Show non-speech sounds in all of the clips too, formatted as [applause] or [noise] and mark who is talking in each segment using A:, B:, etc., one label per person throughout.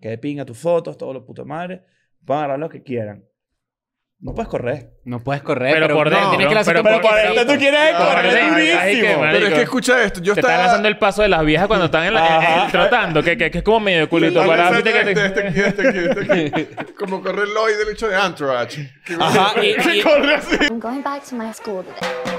A: que de pinga tus fotos, todo lo puto madre, pueden agarrar lo que quieran. No puedes correr.
B: No puedes correr,
C: Pero
B: pero,
C: por dentro,
B: no,
C: tienes que
B: pero-
C: lanzar
B: pero
C: un
B: por
C: poquito.
B: dentro tú quieres-
A: quieres
D: No,
A: correr
C: marico, ay, que
A: durísimo.
C: marico.
D: Pero es que escucha esto. Yo
C: Te
D: estaba...
C: están lanzando el paso de las viejas cuando están en la-
A: Ajá.
C: en- en- tratando, que, que, que es como medio culito
D: Estaba
C: parado.
D: lanzando
C: ¿viste?
D: este,
C: Que
D: este
C: te-
D: aquí, este aquí, este aquí. Como corre el Lloyd del hecho de Antrax. Que-
A: Ajá, y-
D: que corre así.
E: I'm going back to my school today.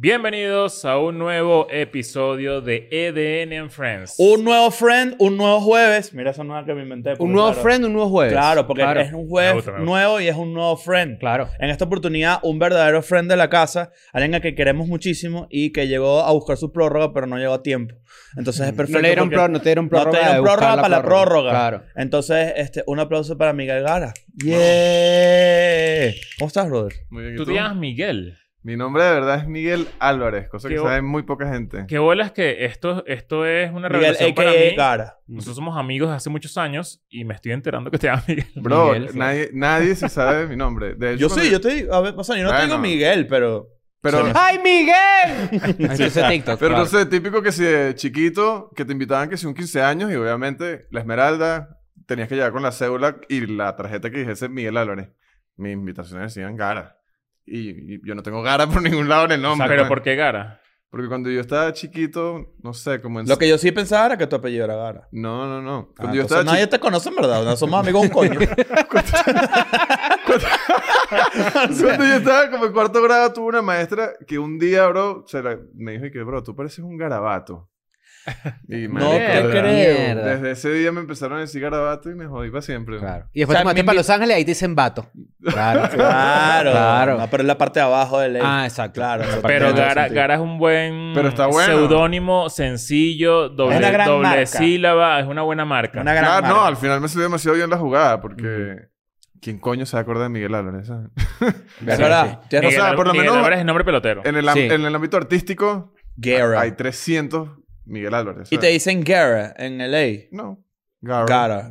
C: Bienvenidos a un nuevo episodio de E EDN and Friends.
D: Oh,
A: Un nuevo friend, un nuevo jueves. Mira esa nueva que me inventé. porque,
B: Un nuevo
A: claro,
B: friend, un nuevo jueves.
A: Claro, porque
B: Claro.
A: es un jueves
C: Me gusta, me gusta.
A: nuevo y es un nuevo friend.
B: Claro.
A: En esta oportunidad, un verdadero friend de la casa, alguien a que queremos muchísimo y que llegó a buscar su prórroga, pero no llegó a tiempo. Entonces es perfecto.
B: Mm. No le dieron
A: porque-
B: prórroga, no te dieron prórroga.
A: No te
B: de
A: dieron
B: buscar
A: prórroga para la prórroga.
B: Claro.
A: Entonces, este, un aplauso para Miguel Gara. Yeah. ¿Cómo estás, brother?
D: Muy bien, ¿y
C: Tú te llamas Miguel.
D: Mi nombre de verdad es Miguel Álvarez, cosa que
C: Qué bo-
D: sabe muy poca gente.
C: Qué bolas que esto, esto es una
A: Miguel,
C: revelación para
A: a.k.a.
C: mí.
A: Gara.
C: Nosotros somos amigos de hace muchos años y me estoy enterando que te llamas Miguel.
D: Bro,
B: Miguel, sí.
D: nadie, nadie se sabe mi nombre. De hecho,
A: Yo
D: cuando-
A: sí, yo te digo. A ver, o sea, yo no te
D: Bueno.
A: digo Miguel, pero.
D: Pero,
A: se me-
B: ¡Ay,
A: [laughs]
B: Miguel! Eso es de TikTok.
D: pero
B: claro.
D: no sé, típico que si de chiquito, que te invitaban que si un 15 años y obviamente la esmeralda, tenías que llegar con la cédula y la tarjeta que dijese Miguel Álvarez. Mis invitaciones decían Gara. Y, y yo no tengo Gara por ningún lado en el nombre.
C: Pero ¿por qué Gara?
D: Porque cuando yo estaba chiquito, no sé, como en...
A: Lo que yo sí pensaba era que tu apellido era Gara.
D: No, no, no.
A: Ah,
D: Cuando yo
A: entonces
D: estaba
A: nadie te conoce en verdad, no somos amigos un
D: [laughs]
A: coño.
D: [laughs] Cuando yo estaba como en cuarto grado, tuve una maestra que un día, bro, se la- me dijo y que, bro, tú pareces un garabato. Y me
A: no te
C: Mierda.
A: creo.
B: Mierda.
D: Desde ese día me empezaron a decir garabato y me jodí para siempre.
B: Claro. Y después
A: O sea,
B: te mandaste
A: me
B: para Los Ángeles y ahí te dicen vato. Claro.
A: [laughs] Claro.
B: Claro.
A: No, pero es la parte de abajo de ley.
B: Ah, exacto.
A: Claro. esa parte
C: Pero
A: no tiene
C: Gara,
A: sentido.
C: Gara es un buen
D: Pero está bueno.
C: seudónimo, sencillo, doble,
A: Es una gran
C: doble
A: marca.
C: sílaba, es una buena marca.
A: Una gran
D: Claro,
A: marca.
D: Ah, no, al final me salió demasiado bien la jugada porque... ¿Quién coño se acuerda de Miguel Álvarez? ah? sabes?
A: Es verdad.
C: Miguel,
A: Tienes
D: O sea,
C: Al-
D: por lo
C: Miguel
D: menos-
C: Álvarez es nombre pelotero.
D: En el, am-
B: Sí.
D: en el ámbito artístico
A: Gara.
D: hay 300 Miguel Álvarez.
A: Y
D: ¿sabes?
A: te dicen Gara en LA.
D: No. Gara.
A: Gara.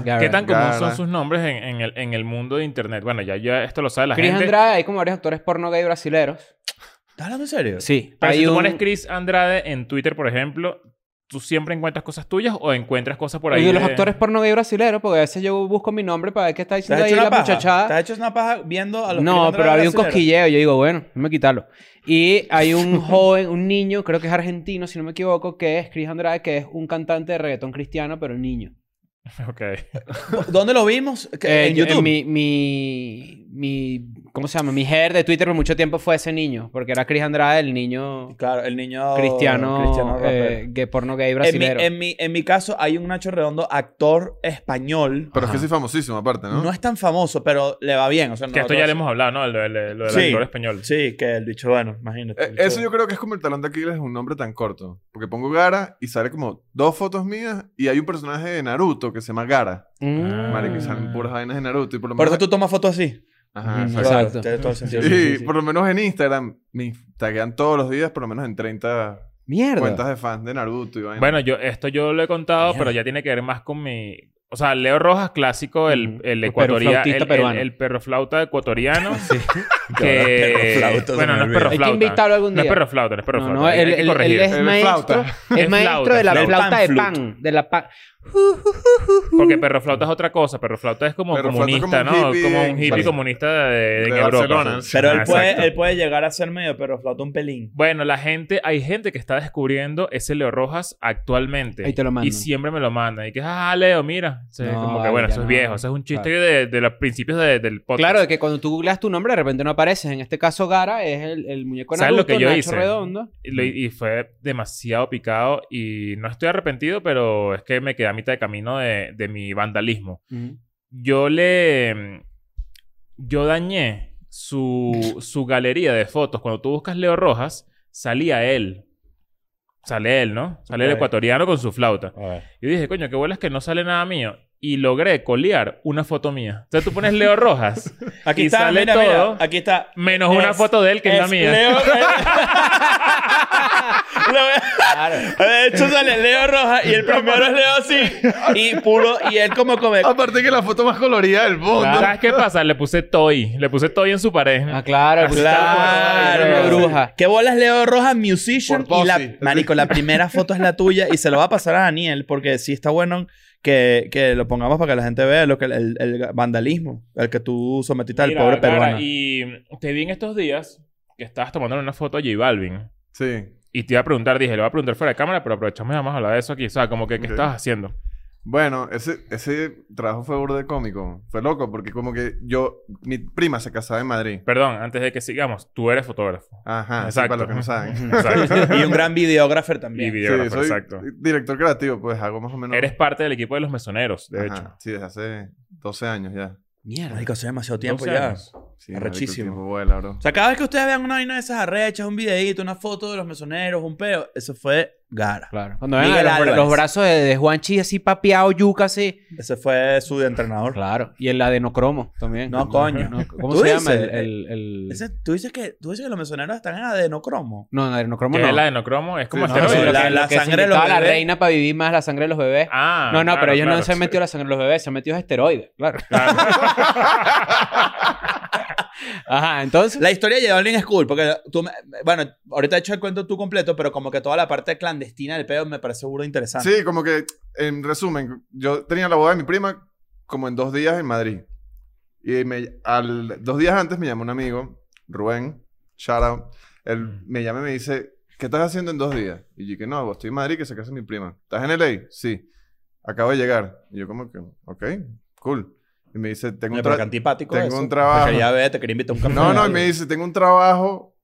A: Gara.
C: ¿Qué tan
D: Gara.
C: común son sus nombres en, en el, en el mundo de internet? Bueno, ya, ya esto lo sabe la
B: Chris
C: gente.
B: Andrade, hay como varios actores porno gay brasileros.
A: ¿Estás hablando en serio?
B: Sí.
C: Pero
B: hay
C: si tú
B: un-
C: pones Chris Andrade en Twitter, por ejemplo, ¿tú siempre encuentras cosas tuyas o encuentras cosas por ahí?
B: y de los actores porno gay brasileros, porque a veces yo busco mi nombre para ver qué está
A: ¿Te
B: diciendo
A: has
B: ahí
A: hecho
B: la
A: una paja? ¿Te
B: muchachada.
A: has hecho una paja viendo a los
B: No,
A: Chris
B: pero había un
A: brasileros?
B: cosquilleo. Yo digo, bueno, déjame quitarlo. Y hay un [laughs] joven, un niño, creo que es argentino, si no me equivoco, que es Chris Andrade, que es un cantante de reggaetón cristiano, pero niño.
C: [laughs] Ok.
A: ¿Dónde lo
B: [laughs]
A: vimos? ¿Qué-
B: Eh,
A: en
B: yo- eh,
A: YouTube.
B: mi, mi, mi, ¿cómo se llama? Mi hair de Twitter por mucho tiempo fue ese niño, porque era Chris Andrade, el niño
A: Claro, el niño
B: cristiano,
A: Oh, rapero.
B: eh, gay- porno gay
A: en, mi,
B: brasilero.
A: en, mi, en mi caso hay un Nacho Redondo, actor español.
D: Pero es que
B: Ajá.
D: sí famosísimo aparte, ¿no?
A: No es tan famoso, pero le va bien. O sea, no
C: que esto
A: todo
C: ya
A: es-
C: le hemos hablado, ¿no? Lo, del- lo del
A: Sí.
C: actor español.
A: [laughs] Sí, que el dicho, bueno, imagínate.
D: Eh,
A: el
D: Eso
A: dicho-
D: yo creo que es como el talón de Aquiles, un nombre tan corto. Porque pongo Gara y sale como dos fotos mías y hay un personaje de Naruto que se llama Gara.
B: Mm.
D: Vale, que salen puras vainas de Naruto. Y por lo
A: Ah. Por
D: menos...
A: eso tú tomas fotos así.
D: Ajá,
B: Mm,
D: exacto.
A: Claro,
B: Exacto.
A: tiene todo el sentido.
D: Y
A: Sí, sí, sí.
D: por lo menos en Instagram me taguean todos los días, por lo menos en 30
B: Mierda.
D: cuentas de fans de Naruto y vainas.
C: Bueno, yo, esto yo lo he contado,
A: Mierda.
C: pero ya tiene que ver más con mi... O sea, Leo Rojas, clásico, el,
B: Ujú.
C: el
B: El
C: ecuatoriano. El,
B: perroflautista
C: el,
B: peruano.
C: el perroflauta ecuatoriano.
B: [laughs]
A: Ahora
C: que...
A: perroflauta, se
C: bueno,
A: me
C: no es
A: olvida.
C: perroflauta.
B: Hay que invitarlo algún
C: No es
B: día.
C: perroflauta, no es
B: No,
C: perroflauta.
B: no,
C: hay,
B: él,
C: hay que
B: él-
C: corregir.
B: él es
D: El
B: maestro.
D: flauta.
B: Es
C: Es
B: maestro
C: flauta,
B: de la
A: flauta.
B: flauta de
A: Pan
B: pan. De la pan.
C: Porque perroflauta es otra cosa. Perroflauta es como
D: Perroflauta es
C: comunista,
D: como un
C: ¿no?
D: hippie
C: como
D: en-
C: un hippie
D: Vale.
C: comunista de, de-
D: De
C: en Europa.
D: Barcelona.
C: Sí.
A: Pero él
C: Ah, exacto.
A: puede, él puede llegar a ser medio pero flauta un pelín.
C: Bueno, la gente, hay gente que está descubriendo ese Leo Rojas actualmente.
B: Ahí te lo mandan.
C: Y siempre me lo mandan. Y que, ah, Leo, mira. O sea,
B: No,
C: como que, bueno,
B: ya
C: eso es
B: no.
C: viejo. Eso es un chiste
B: Claro.
C: de, de los principios de- del podcast.
B: Claro, de que cuando tú googleas tu nombre, de repente no apareces. En este caso, Gara es el, el muñeco de
C: ¿Sabes lo
B: Naruto,
C: que yo
B: Nacho
C: hice?
B: Redondo.
C: Y, lo- y fue demasiado picado. Y no estoy arrepentido, pero es que me quedé a mitad de camino de, de mi vandalismo. Yo le... mm, Yo dañé su, su galería de fotos. Cuando tú buscas Leo Rojas, salía él. Sale él, ¿no? Sale el
A: Ok.
C: ecuatoriano con su flauta. Yo dije, coño, qué bolas que no sale nada mío. Y logré colear una foto mía. O sea, tú pones Leo Rojas,
A: [laughs] Aquí
C: Y
A: está,
C: sale
A: mira,
C: todo.
A: mira. Aquí está.
C: menos una
A: Es- [laughs]
C: foto de él que es, la mía.
A: Leo, Leo-
B: Claro.
A: De hecho, sale Leo Roja y el primero es Leo así. Y puro, y él como come.
D: Aparte que la foto más colorida del mundo.
C: ¿Sabes qué pasa? Le puse Toy. Le puse Toy en su pared.
B: Ah, claro.
A: Ah, Claro.
B: Una bruja.
A: ¿Qué bolas Leo Roja, musician?
D: Por
A: Y la,
D: Posi.
A: marico, la primera foto es la tuya y se lo va a pasar a Daniel porque sí está bueno que, que lo pongamos para que la gente vea lo que, el, el vandalismo, el que tú sometiste al
C: Mira,
A: pobre
C: Clara,
A: peruano.
C: Y te vi en estos días que estabas tomando una foto a J Balvin.
D: Sí.
C: Y te iba a preguntar, dije, le voy a preguntar fuera de cámara, pero aprovechamos y vamos a hablar de eso aquí. O sea, como que, ¿qué
D: Ok.
C: estabas haciendo?
D: Bueno, ese, ese trabajo fue burde cómico. Fue loco porque como que yo... Mi prima se casaba en Madrid.
C: Perdón, antes de que sigamos, tú eres
D: [laughs]
C: fotógrafo.
D: Ajá. sí,
C: Exacto.
D: para los que
A: [laughs]
D: no saben.
C: Exacto.
A: Y un gran videógrafo
C: y
A: también.
D: Sí,
C: videógrafo,
D: soy
C: exacto.
D: director creativo, pues hago más o menos...
C: Eres parte del equipo de los mesoneros, de
D: Ajá,
C: hecho.
D: Sí, desde hace 12 años ya.
B: Mierda.
A: Marico, hace demasiado tiempo
C: 12
A: ya.
C: años.
D: Sí, marico, el
A: Arrechísimo.
D: tiempo vuela, bro.
A: O sea, cada vez que ustedes vean una vaina de esas arrechas, un videíto, una foto de los mesoneros, un peo, eso fue Gara.
B: Claro. Cuando ven
A: Miguel
B: los,
A: Álvarez.
B: los brazos de, de Juanchi así papeado, yuca así.
A: Ese fue su entrenador.
B: Claro. Y el adenocromo también.
A: No, coño.
B: No, ¿Cómo
A: ¿Tú
B: se llama?
A: dices?
B: El, el, el-
A: Ese- ¿tú, dices que, tú dices que los mesoneros están en adenocromo.
B: No, el adenocromo
C: Que
B: no.
C: es el adenocromo, es como este
D: Sí,
B: No,
A: Pero
B: sí,
C: esteroides.
A: la-
B: lo que-
A: la
B: lo que se
A: sangre de los
B: inyectaba la
A: bebés.
B: reina para vivir más la sangre de los bebés.
C: Ah,
B: no, no,
C: claro,
B: pero ellos
C: claro,
B: no se han
C: sí.
B: metido la sangre de los bebés, se han metido esteroides, claro. [laughs] Ajá, entonces.
A: La historia de Jolene es cool, porque tú, me- bueno, ahorita he hecho el cuento tú completo, pero como que toda la parte clandestina del peo me parece burda interesante.
D: Sí, como que, en resumen, yo tenía la boda de mi prima como en dos días en Madrid. Y me- al, dos días antes me llamó un amigo, Rubén, shout out. Él me llama y me dice, ¿qué estás haciendo en dos días? Y yo que no, estoy en Madrid, que se casa mi prima. ¿Estás en LA? Sí. Acabo de llegar. Y yo como que, ok, cool. Y me dice, tengo
A: Me parece
D: un trabajo.
A: antipático
D: tengo
A: eso.
D: un trabajo.
A: Te quería ver, te quería invitar a un café.
D: No, no, y
A: algo.
D: me dice, tengo un trabajo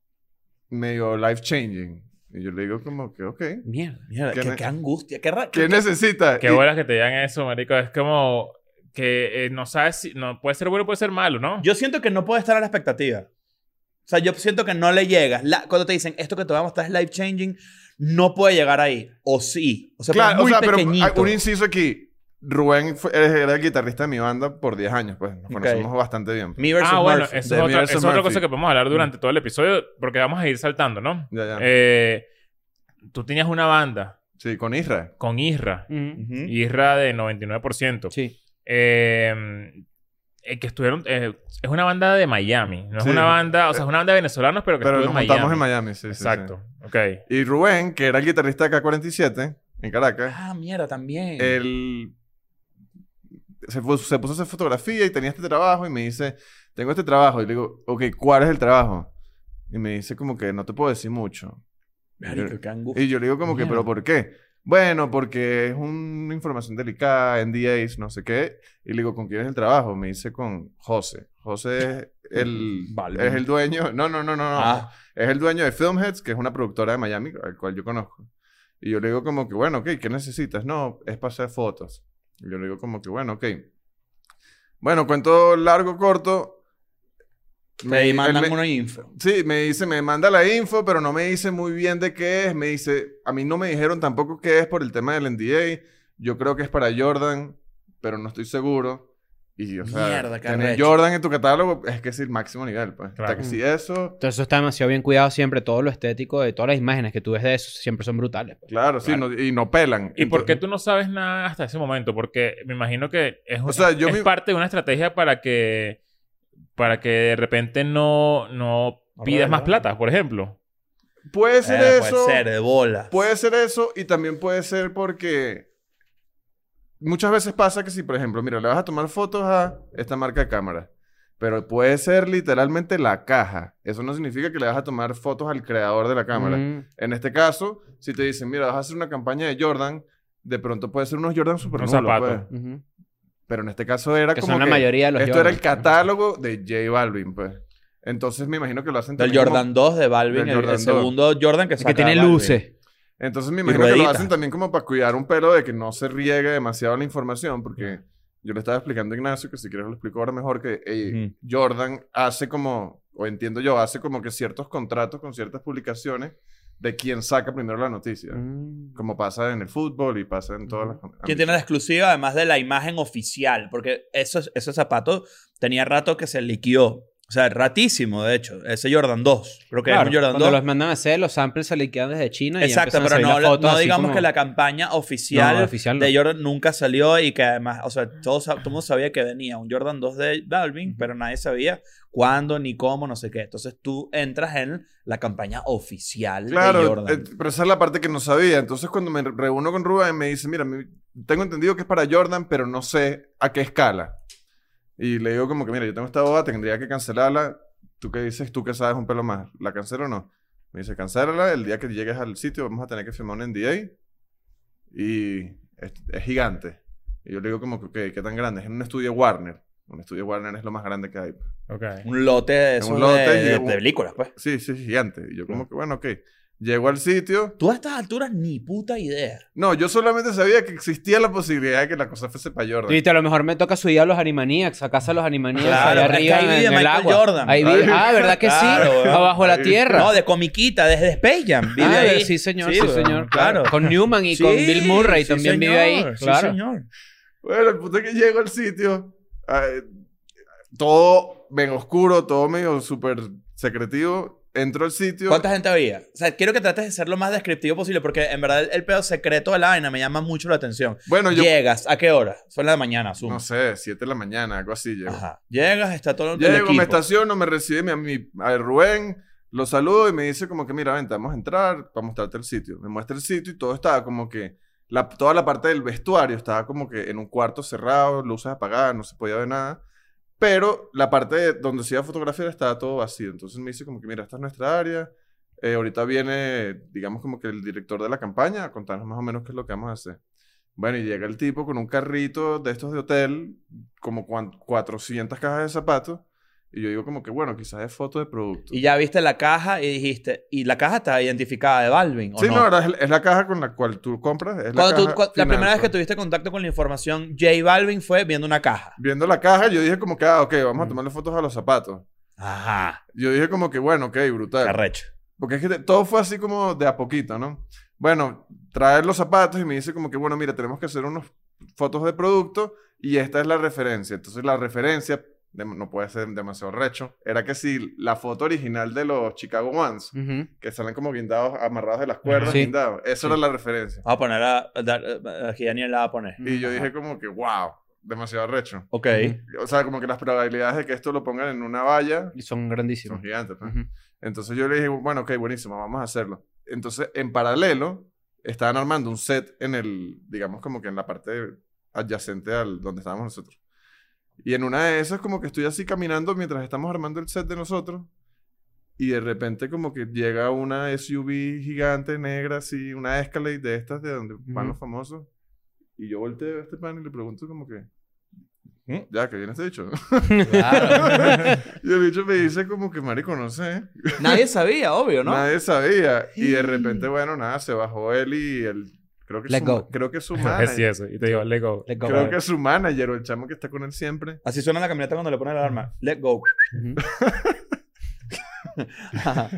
D: medio life changing. Y yo le digo como que, ok.
B: Mierda.
A: Mierda,
D: ¿Qué
A: qué,
D: me-
A: qué angustia, qué ra...
D: ¿Qué necesitas?
C: Qué
D: Y-
C: bolas que te digan eso, marico. Es como que eh, no sabes si... No, puede ser bueno, puede ser malo, ¿no?
A: Yo siento que no puedo estar a la expectativa. O sea, yo siento que no le llegas. La- cuando te dicen esto que te vamos a mostrar es life changing, no puede llegar ahí. O sí. O sea, pero
D: Claro,
A: es muy
D: o sea,
A: pequeñito.
D: pero hay un inciso aquí. Rubén fue- era el guitarrista de mi banda por 10 años, pues nos
A: Ok.
D: conocemos bastante bien.
A: Mi versus
C: ah, bueno,
A: Murphy.
C: eso
D: de
C: es, otra,
D: Versus
C: eso es otra
D: Murphy.
C: cosa que podemos hablar durante todo el episodio porque vamos a ir saltando, ¿no?
D: Ya, ya.
C: Eh, tú tenías una banda
D: sí, con Isra.
C: con Isra.
B: Ujú.
A: Ujú.
C: Isra de 99%.
B: Sí.
C: Eh, eh, que estuvieron... eh, es una banda de Miami. No es
D: Sí.
C: una banda... O sea, es una banda de venezolanos, pero que
D: Pero
C: estuvo
D: nos
C: en
D: juntamos
C: Miami.
D: en Miami, sí, sí, sí.
C: Exacto. Ok.
D: Y Rubén, que era el guitarrista de K47 en Caracas,
A: Ah, mierda, también.
D: él se puso, se puso a hacer fotografía y tenía este trabajo y me dice, tengo este trabajo. Y le digo, ok, ¿cuál es el trabajo? Y me dice como que no te puedo decir mucho.
A: Marico, qué angustia.
D: Y yo le digo como que, ¿pero por qué? Bueno, porque es una información delicada, NDAs, no sé qué. Y le digo, ¿con quién es el trabajo? Me dice con José. José es el,
A: [laughs] Balvin.
D: es el dueño... No, no, no, no, no.
A: Ah,
D: Es el dueño de Filmheads, que es una productora de Miami, al cual yo conozco. Y yo le digo como que, bueno, ok, ¿qué necesitas? No, es para hacer fotos. Y yo le digo como que, bueno, ok. Bueno, cuento largo, corto.
A: me
D: él
A: mandan
D: me-
A: una info.
D: Sí, me dice, me manda la info, pero no me dice muy bien de qué es. Me dice, a mí no me dijeron tampoco qué es por el tema del NDA. Yo creo que es para Jordan, pero no estoy seguro. Y, o sea,
A: Mierda, qué
D: tener
A: arrecho.
D: Jordan en tu catálogo es que es el máximo nivel, pues.
C: Claro.
D: Hasta que si eso...
B: Entonces eso está demasiado bien cuidado siempre. Todo lo estético de todas las imágenes que tú ves de eso siempre son brutales. pues.
D: Claro, sí, no- y no pelan.
C: ¿Y por qué
D: Entonces-
C: tú no sabes nada hasta ese momento? Porque me imagino que es, un-
D: O sea, yo
C: es
D: me-
C: parte de una estrategia para que, para que de repente no, no
A: No
C: pidas más
A: revelar.
C: plata, por ejemplo.
D: Puede ser
A: Eh,
D: eso.
A: Puede ser, de bola.
D: Puede ser eso y también puede ser porque muchas veces pasa que si, por ejemplo, mira, le vas a tomar fotos a esta marca de cámara, pero puede ser literalmente la caja. Eso no significa que le vas a tomar fotos al creador de la cámara.
B: Mm.
D: En este caso, si te dicen, mira, vas a hacer una campaña de Jordan, de pronto puede ser unos Jordan super
C: Un
D: nulos,
C: zapato.
D: pues.
B: Ujú.
D: Pero en este caso era
B: Que
D: como
B: son la
D: que
B: mayoría de los
D: esto era
B: Jordan.
D: el catálogo de J Balvin, pues. Entonces me imagino que lo hacen
A: Del
D: también como-
A: Jordan 2 de Balvin,
D: Del
A: el, el
D: Jordan 2.
A: segundo Jordan que
B: Es
A: saca
B: que tiene
A: Balvin.
B: luces.
D: Entonces me imagino que lo
A: ruedita.
D: hacen también como para cuidar un pelo de que no se riegue demasiado la información, porque yo le estaba explicando a Ignacio, que si quieres lo explico ahora mejor, que eh, Jordan hace como, o entiendo yo, hace como que ciertos contratos con ciertas publicaciones de quién saca primero la noticia.
B: Mm.
D: Como pasa en el fútbol y pasa en todas las...
A: ¿Quién tiene la exclusiva además de la imagen oficial? Porque eso, ese zapato tenía rato que se liquidó. O O sea, ratísimo, de hecho. Ese Jordan 2. Creo que
B: Claro,
A: es un Jordan
B: cuando
A: 2.
B: los mandan a hacer, los samples se liquidan desde China y
A: Exacto,
B: empiezan a
A: pero
B: salir
A: no,
B: las fotos
A: no
B: así
A: digamos
B: como-
A: que la campaña oficial,
B: No, oficial no.
A: de Jordan nunca salió y que además, o sea, todos, sab- todo el mundo sabía que venía un Jordan 2 de Dalvin, pero nadie sabía cuándo ni cómo, no sé qué. Entonces tú entras en la campaña oficial de
D: Claro,
A: Jordan.
D: eh, pero esa es la parte que no sabía. Entonces, cuando me reúno con Rubén, me dice: Mira, mi- tengo entendido que es para Jordan, pero no sé a qué escala. Y le digo, como que, mira, yo tengo esta boda, tendría que cancelarla. ¿Tú qué dices? ¿Tú qué sabes un pelo más? ¿La cancelo o no? Me dice, cancélala. El día que llegues al sitio, vamos a tener que firmar un NDA. Y es, es gigante. Y yo le digo, como que, ok, ¿qué tan grande? Es en un estudio Warner. Un estudio Warner es lo más grande que hay.
C: Ok.
A: un lote de
D: Un
A: esos
D: lote
A: de,
D: y
A: de-
D: un-
A: de películas, pues.
D: Sí, sí, es gigante. Y yo, como que, bueno, ok. Llego al sitio.
A: Tú a estas alturas ni puta idea.
D: No, yo solamente sabía que existía la posibilidad de que la cosa fuese para Jordan.
B: Twitter, a lo mejor me toca subir a los Animaniacs, a casa de los Animaniacs,
A: Claro,
B: allá
A: es que
B: arriba
A: ahí vive
B: en el
A: Michael
B: agua.
A: Jordan.
B: Ahí vive- Ah,
D: [laughs]
B: ¿verdad que
A: Claro,
B: sí?
A: weón.
B: Abajo la
D: Ahí-
B: tierra.
A: No, de comiquita, desde Space Jam. Vive
B: Ah,
A: ahí.
B: Sí, señor, sí,
A: weón,
B: señor.
A: Claro.
B: Con Newman y con
A: Sí,
B: Bill Murray
A: sí,
B: también vive ahí.
A: señor, sí,
B: Claro.
A: señor.
D: Bueno, el punto es que llego al sitio, eh, todo medio oscuro, todo medio súper secretivo. Entro al sitio.
A: ¿Cuánta gente había? O sea, quiero que trates de ser lo más descriptivo posible porque en verdad el, el pedo secreto de la vaina me llama mucho la atención.
D: Bueno, yo
A: Llegas, ¿a qué hora? Son las de mañana, asumo.
D: no sé, 7 de la mañana, algo así llego.
A: Ajá. Llegas, está todo el
D: Llego,
A: equipo.
D: me estaciono, me recibe mi, mi- a Rubén, lo saludo y me dice como que, mira, vente, vamos a entrar para mostrarte el sitio. Me muestra el sitio y todo estaba como que, la, toda la parte del vestuario estaba como que en un cuarto cerrado, luces apagadas, no se podía ver nada. Pero la parte de donde se iba a fotografiar estaba todo vacío. Entonces me dice como que, mira, esta es nuestra área. Eh, ahorita viene, digamos como que el director de la campaña a contarnos más o menos qué es lo que vamos a hacer. Bueno, y llega el tipo con un carrito de estos de hotel, como cuan- 400 cajas de zapatos. Y yo digo como que, bueno, quizás es foto de producto.
A: Y ya viste la caja y dijiste, ¿y la caja está identificada de Balvin? ¿o
D: sí,
A: no?
D: no, ahora es, es la caja con la cual tú compras. es la
A: Cuando tú-
D: caja
A: cu- la
D: final,
A: primera vez que
D: pues.
A: tuviste contacto con la información, J Balvin fue viendo una caja.
D: Viendo la caja, yo dije como que, ah, ok, vamos a tomarle fotos a los zapatos.
A: Ajá.
D: Yo dije como que, bueno, ok, brutal.
A: Arrecho.
D: Porque es que te- todo fue así como de a poquito, ¿no? Bueno, traer los zapatos y me dice como que, bueno, mira, tenemos que hacer unas fotos de producto y esta es la referencia. Entonces la referencia, de- no puede ser demasiado recho, era que si la foto original de los Chicago Ones,
B: Ujú.
D: que salen como guindados, amarrados de las cuerdas,
B: Sí.
D: guindados, esa era la referencia.
A: Vamos a poner a... a- a- a- Aquí Daniel la va a poner.
D: Y yo dije como que, wow, demasiado recho.
A: Ok.
D: O sea, como que las probabilidades de que esto lo pongan en una valla
B: Y Son
D: son
B: grandísimos.
D: gigantes. pues.
B: Ujú.
D: Entonces yo le dije, bueno, ok, buenísimo, vamos a hacerlo. Entonces, en paralelo, estaban armando un set en el, digamos, como que en la parte adyacente al donde estábamos nosotros. Y en una de esas, como que estoy así caminando mientras estamos armando el set de nosotros. Y de repente, como que llega una SUV gigante, negra, así, una Escalade de estas de donde van
B: Ujú.
D: los famosos. Y yo volteo a este pan y le pregunto, como que, "¿Mm? ya, que viene este dicho.
A: Claro.
D: [laughs] y el bicho me dice, como que, marico, no sé.
A: Nadie sabía, obvio, ¿no?
D: Nadie sabía. Y de repente, bueno, nada, se bajó él y el. Creo que
B: Let
D: su,
B: go.
D: Creo que
C: [laughs]
D: su
C: Es
D: manager.
C: eso. Y te digo, let go.
B: Let go.
D: creo que su manager o el chamo que está con él siempre.
A: Así suena la camioneta cuando le ponen la alarma. Let go.
D: [laughs]
B: Ujú.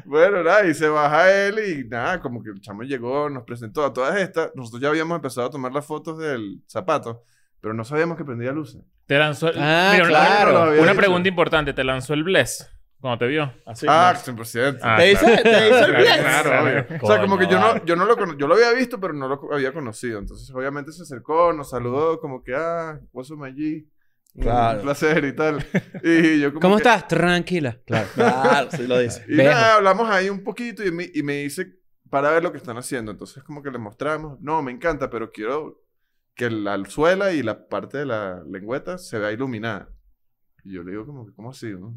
D: Bueno, nada, y se baja él y nada, como que el chamo llegó, nos presentó a todas estas. Nosotros ya habíamos empezado a tomar las fotos del zapato, pero no sabíamos que prendía luces.
C: Te lanzó el...
B: Ah,
C: Mira, una-
B: claro.
D: No lo había
C: Una
D: dicho.
C: pregunta importante. ¿Te lanzó el bless cuando te vio?
A: Así,
D: ah,
A: ¿no?
D: 100%. [laughs]
C: Ah,
A: te dice, te dice el
C: claro,
A: bien.
C: claro.
D: obvio. o sea, como que yo
A: Coño,
D: no, yo no lo cono- yo lo había visto, pero no lo co- había conocido. Entonces, obviamente se acercó, nos saludó, como que, ah, what's up, my G?
A: Claro.
D: Un placer y tal. Y yo como
B: ¿Cómo
D: que-
B: estás? Tranquila.
A: Claro, [laughs] claro, sí lo dice.
D: Y
B: Vejo.
D: nada, hablamos ahí un poquito y me, y me dice para ver lo que están haciendo. Entonces, como que le mostramos, no, me encanta, pero quiero que la suela y la parte de la lengüeta se vea iluminada. Y yo le digo, como que, ¿cómo así? no?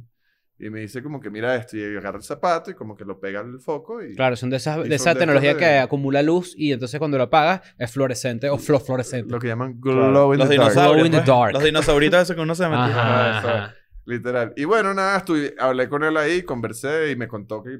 D: Y me dice, como que mira esto, y agarra el zapato y como que lo pega al foco y.
B: Claro, son de esas
D: Y
B: de
D: son
B: esa
D: de
B: tecnología
D: estas
B: que
D: de-
B: acumula luz y entonces cuando lo apagas es fluorescente o flo- fluorescente.
D: Lo que llaman
A: Claro.
D: glow in
A: Los
D: the dark.
B: Glow
A: dinosaurios.
B: in the
A: pues.
B: dark.
A: Los dinosauritos esos que uno se metió.
B: Ajá,
D: eso.
B: ajá.
D: Literal. Y bueno, nada, estuve, hablé con él ahí, conversé y me contó que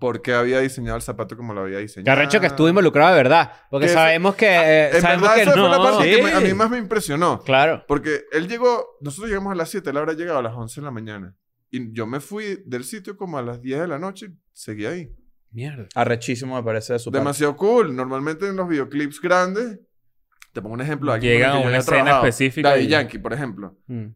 D: por qué había diseñado el zapato como lo había diseñado.
B: Qué arrecho que estuvo involucrado, de verdad. Porque
D: Que eso-
B: sabemos que. eh,
D: En
B: sabemos
D: verdad,
B: que
D: esa
B: no.
D: fue la parte que me- a
B: Sí.
D: mí más me impresionó.
B: Claro.
D: Porque él llegó, nosotros llegamos a las 7, él habrá llegado a las 11 de la mañana. Y yo me fui del sitio como a las 10 de la noche y seguí ahí.
B: Mierda.
A: Arrechísimo me parece de su parte.
D: Demasiado cool. Normalmente en los videoclips grandes, te pongo un ejemplo aquí.
C: Llegan a una escena específica
D: Daddy
C: y-
D: Yankee, por ejemplo,
B: Mm.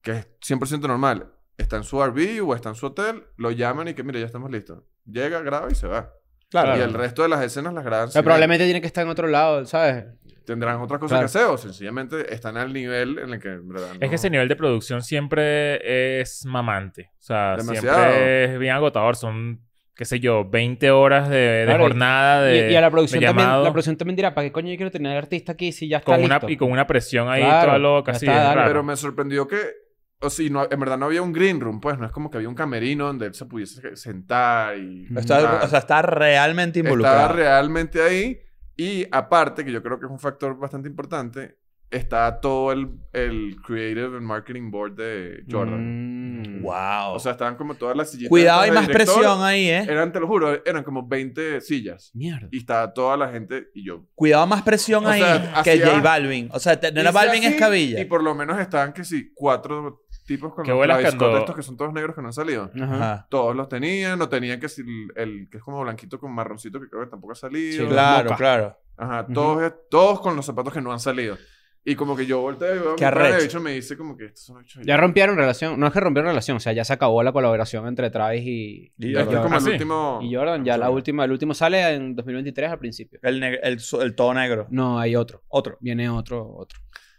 D: que es 100% normal. está en su RV o está en su hotel, lo llaman y que, mira, ya estamos listos. Llega, graba y se va.
A: Claro.
D: Y el resto de las escenas las graban.
B: Pero
D: sin él.
B: probablemente tiene que estar en otro lado, ¿sabes?
D: Tendrán otras cosas
B: Claro.
D: que hacer o sencillamente están al nivel en el que, en verdad,
C: Es que
D: no-
C: ese nivel de producción siempre es mamante. O sea,
D: Demasiado.
C: siempre es bien agotador. Son, qué sé yo, 20 horas de, de
B: Claro, y-
C: jornada
B: Y-
C: de.
B: y, a la producción
C: de
B: también,
C: llamado,
B: la producción también dirá, ¿para qué coño yo quiero tener al artista aquí si ya está
C: con una,
B: listo?
C: y con una presión ahí
B: Claro,
C: toda loca.
B: ya
C: así,
B: está,
C: es
B: dale.
C: raro.
D: Pero me sorprendió que, o sea, y no- en verdad no había un green room, pues no es como que había un camerino donde él se pudiese sentar y...
A: Está,
D: Ah,
A: o sea, está realmente involucrado.
D: estaba realmente ahí y aparte, que yo creo que es un factor bastante importante, está todo el, el creative and marketing board de Jordan.
B: Mm.
A: Wow.
D: O sea, estaban como todas las sillitas.
A: Cuidado, hay
D: estas
A: más
D: de director.
A: presión ahí, ¿eh?
D: Eran, te lo juro, eran como 20 sillas.
B: Mierda.
D: Y estaba toda la gente y yo.
A: Cuidado, más presión
D: O
A: ahí
D: sea,
A: que
D: hacía-
A: J Balvin. O sea, te- no era
D: Hice
A: Balvin
D: así,
A: es cabilla.
D: Y por lo menos estaban que sí, cuatro tipos con
C: Qué
D: los
C: bolas
D: Travis Scott
C: cuando-
D: estos que son todos negros que no han salido.
B: Ajá.
A: Ajá.
D: Todos los tenían, no tenían que si el, el que es como blanquito con marroncito que creo que tampoco ha salido.
B: Sí,
A: Claro,
B: Moca.
A: claro.
D: Ajá,
B: Ujú.
D: todos, eh, todos con los zapatos que no han salido. Y como que yo volteo y veo a mi
A: Qué
D: pana y el
A: arrecho.
D: bicho me dice como que estos son bichos
B: Ya rompieron relación. No es que rompieron relación, o sea, ya se acabó la colaboración entre Travis y,
A: Y
D: Este es
A: Jordan.
D: como
C: Ah,
D: el
C: sí.
D: último...
B: y Jordan. Ya la
D: Jordan.
B: última, el último sale en 2023 al principio.
A: El, neg- el su- el todo negro.
B: No, hay otro.
A: Otro.
B: Viene otro, otro.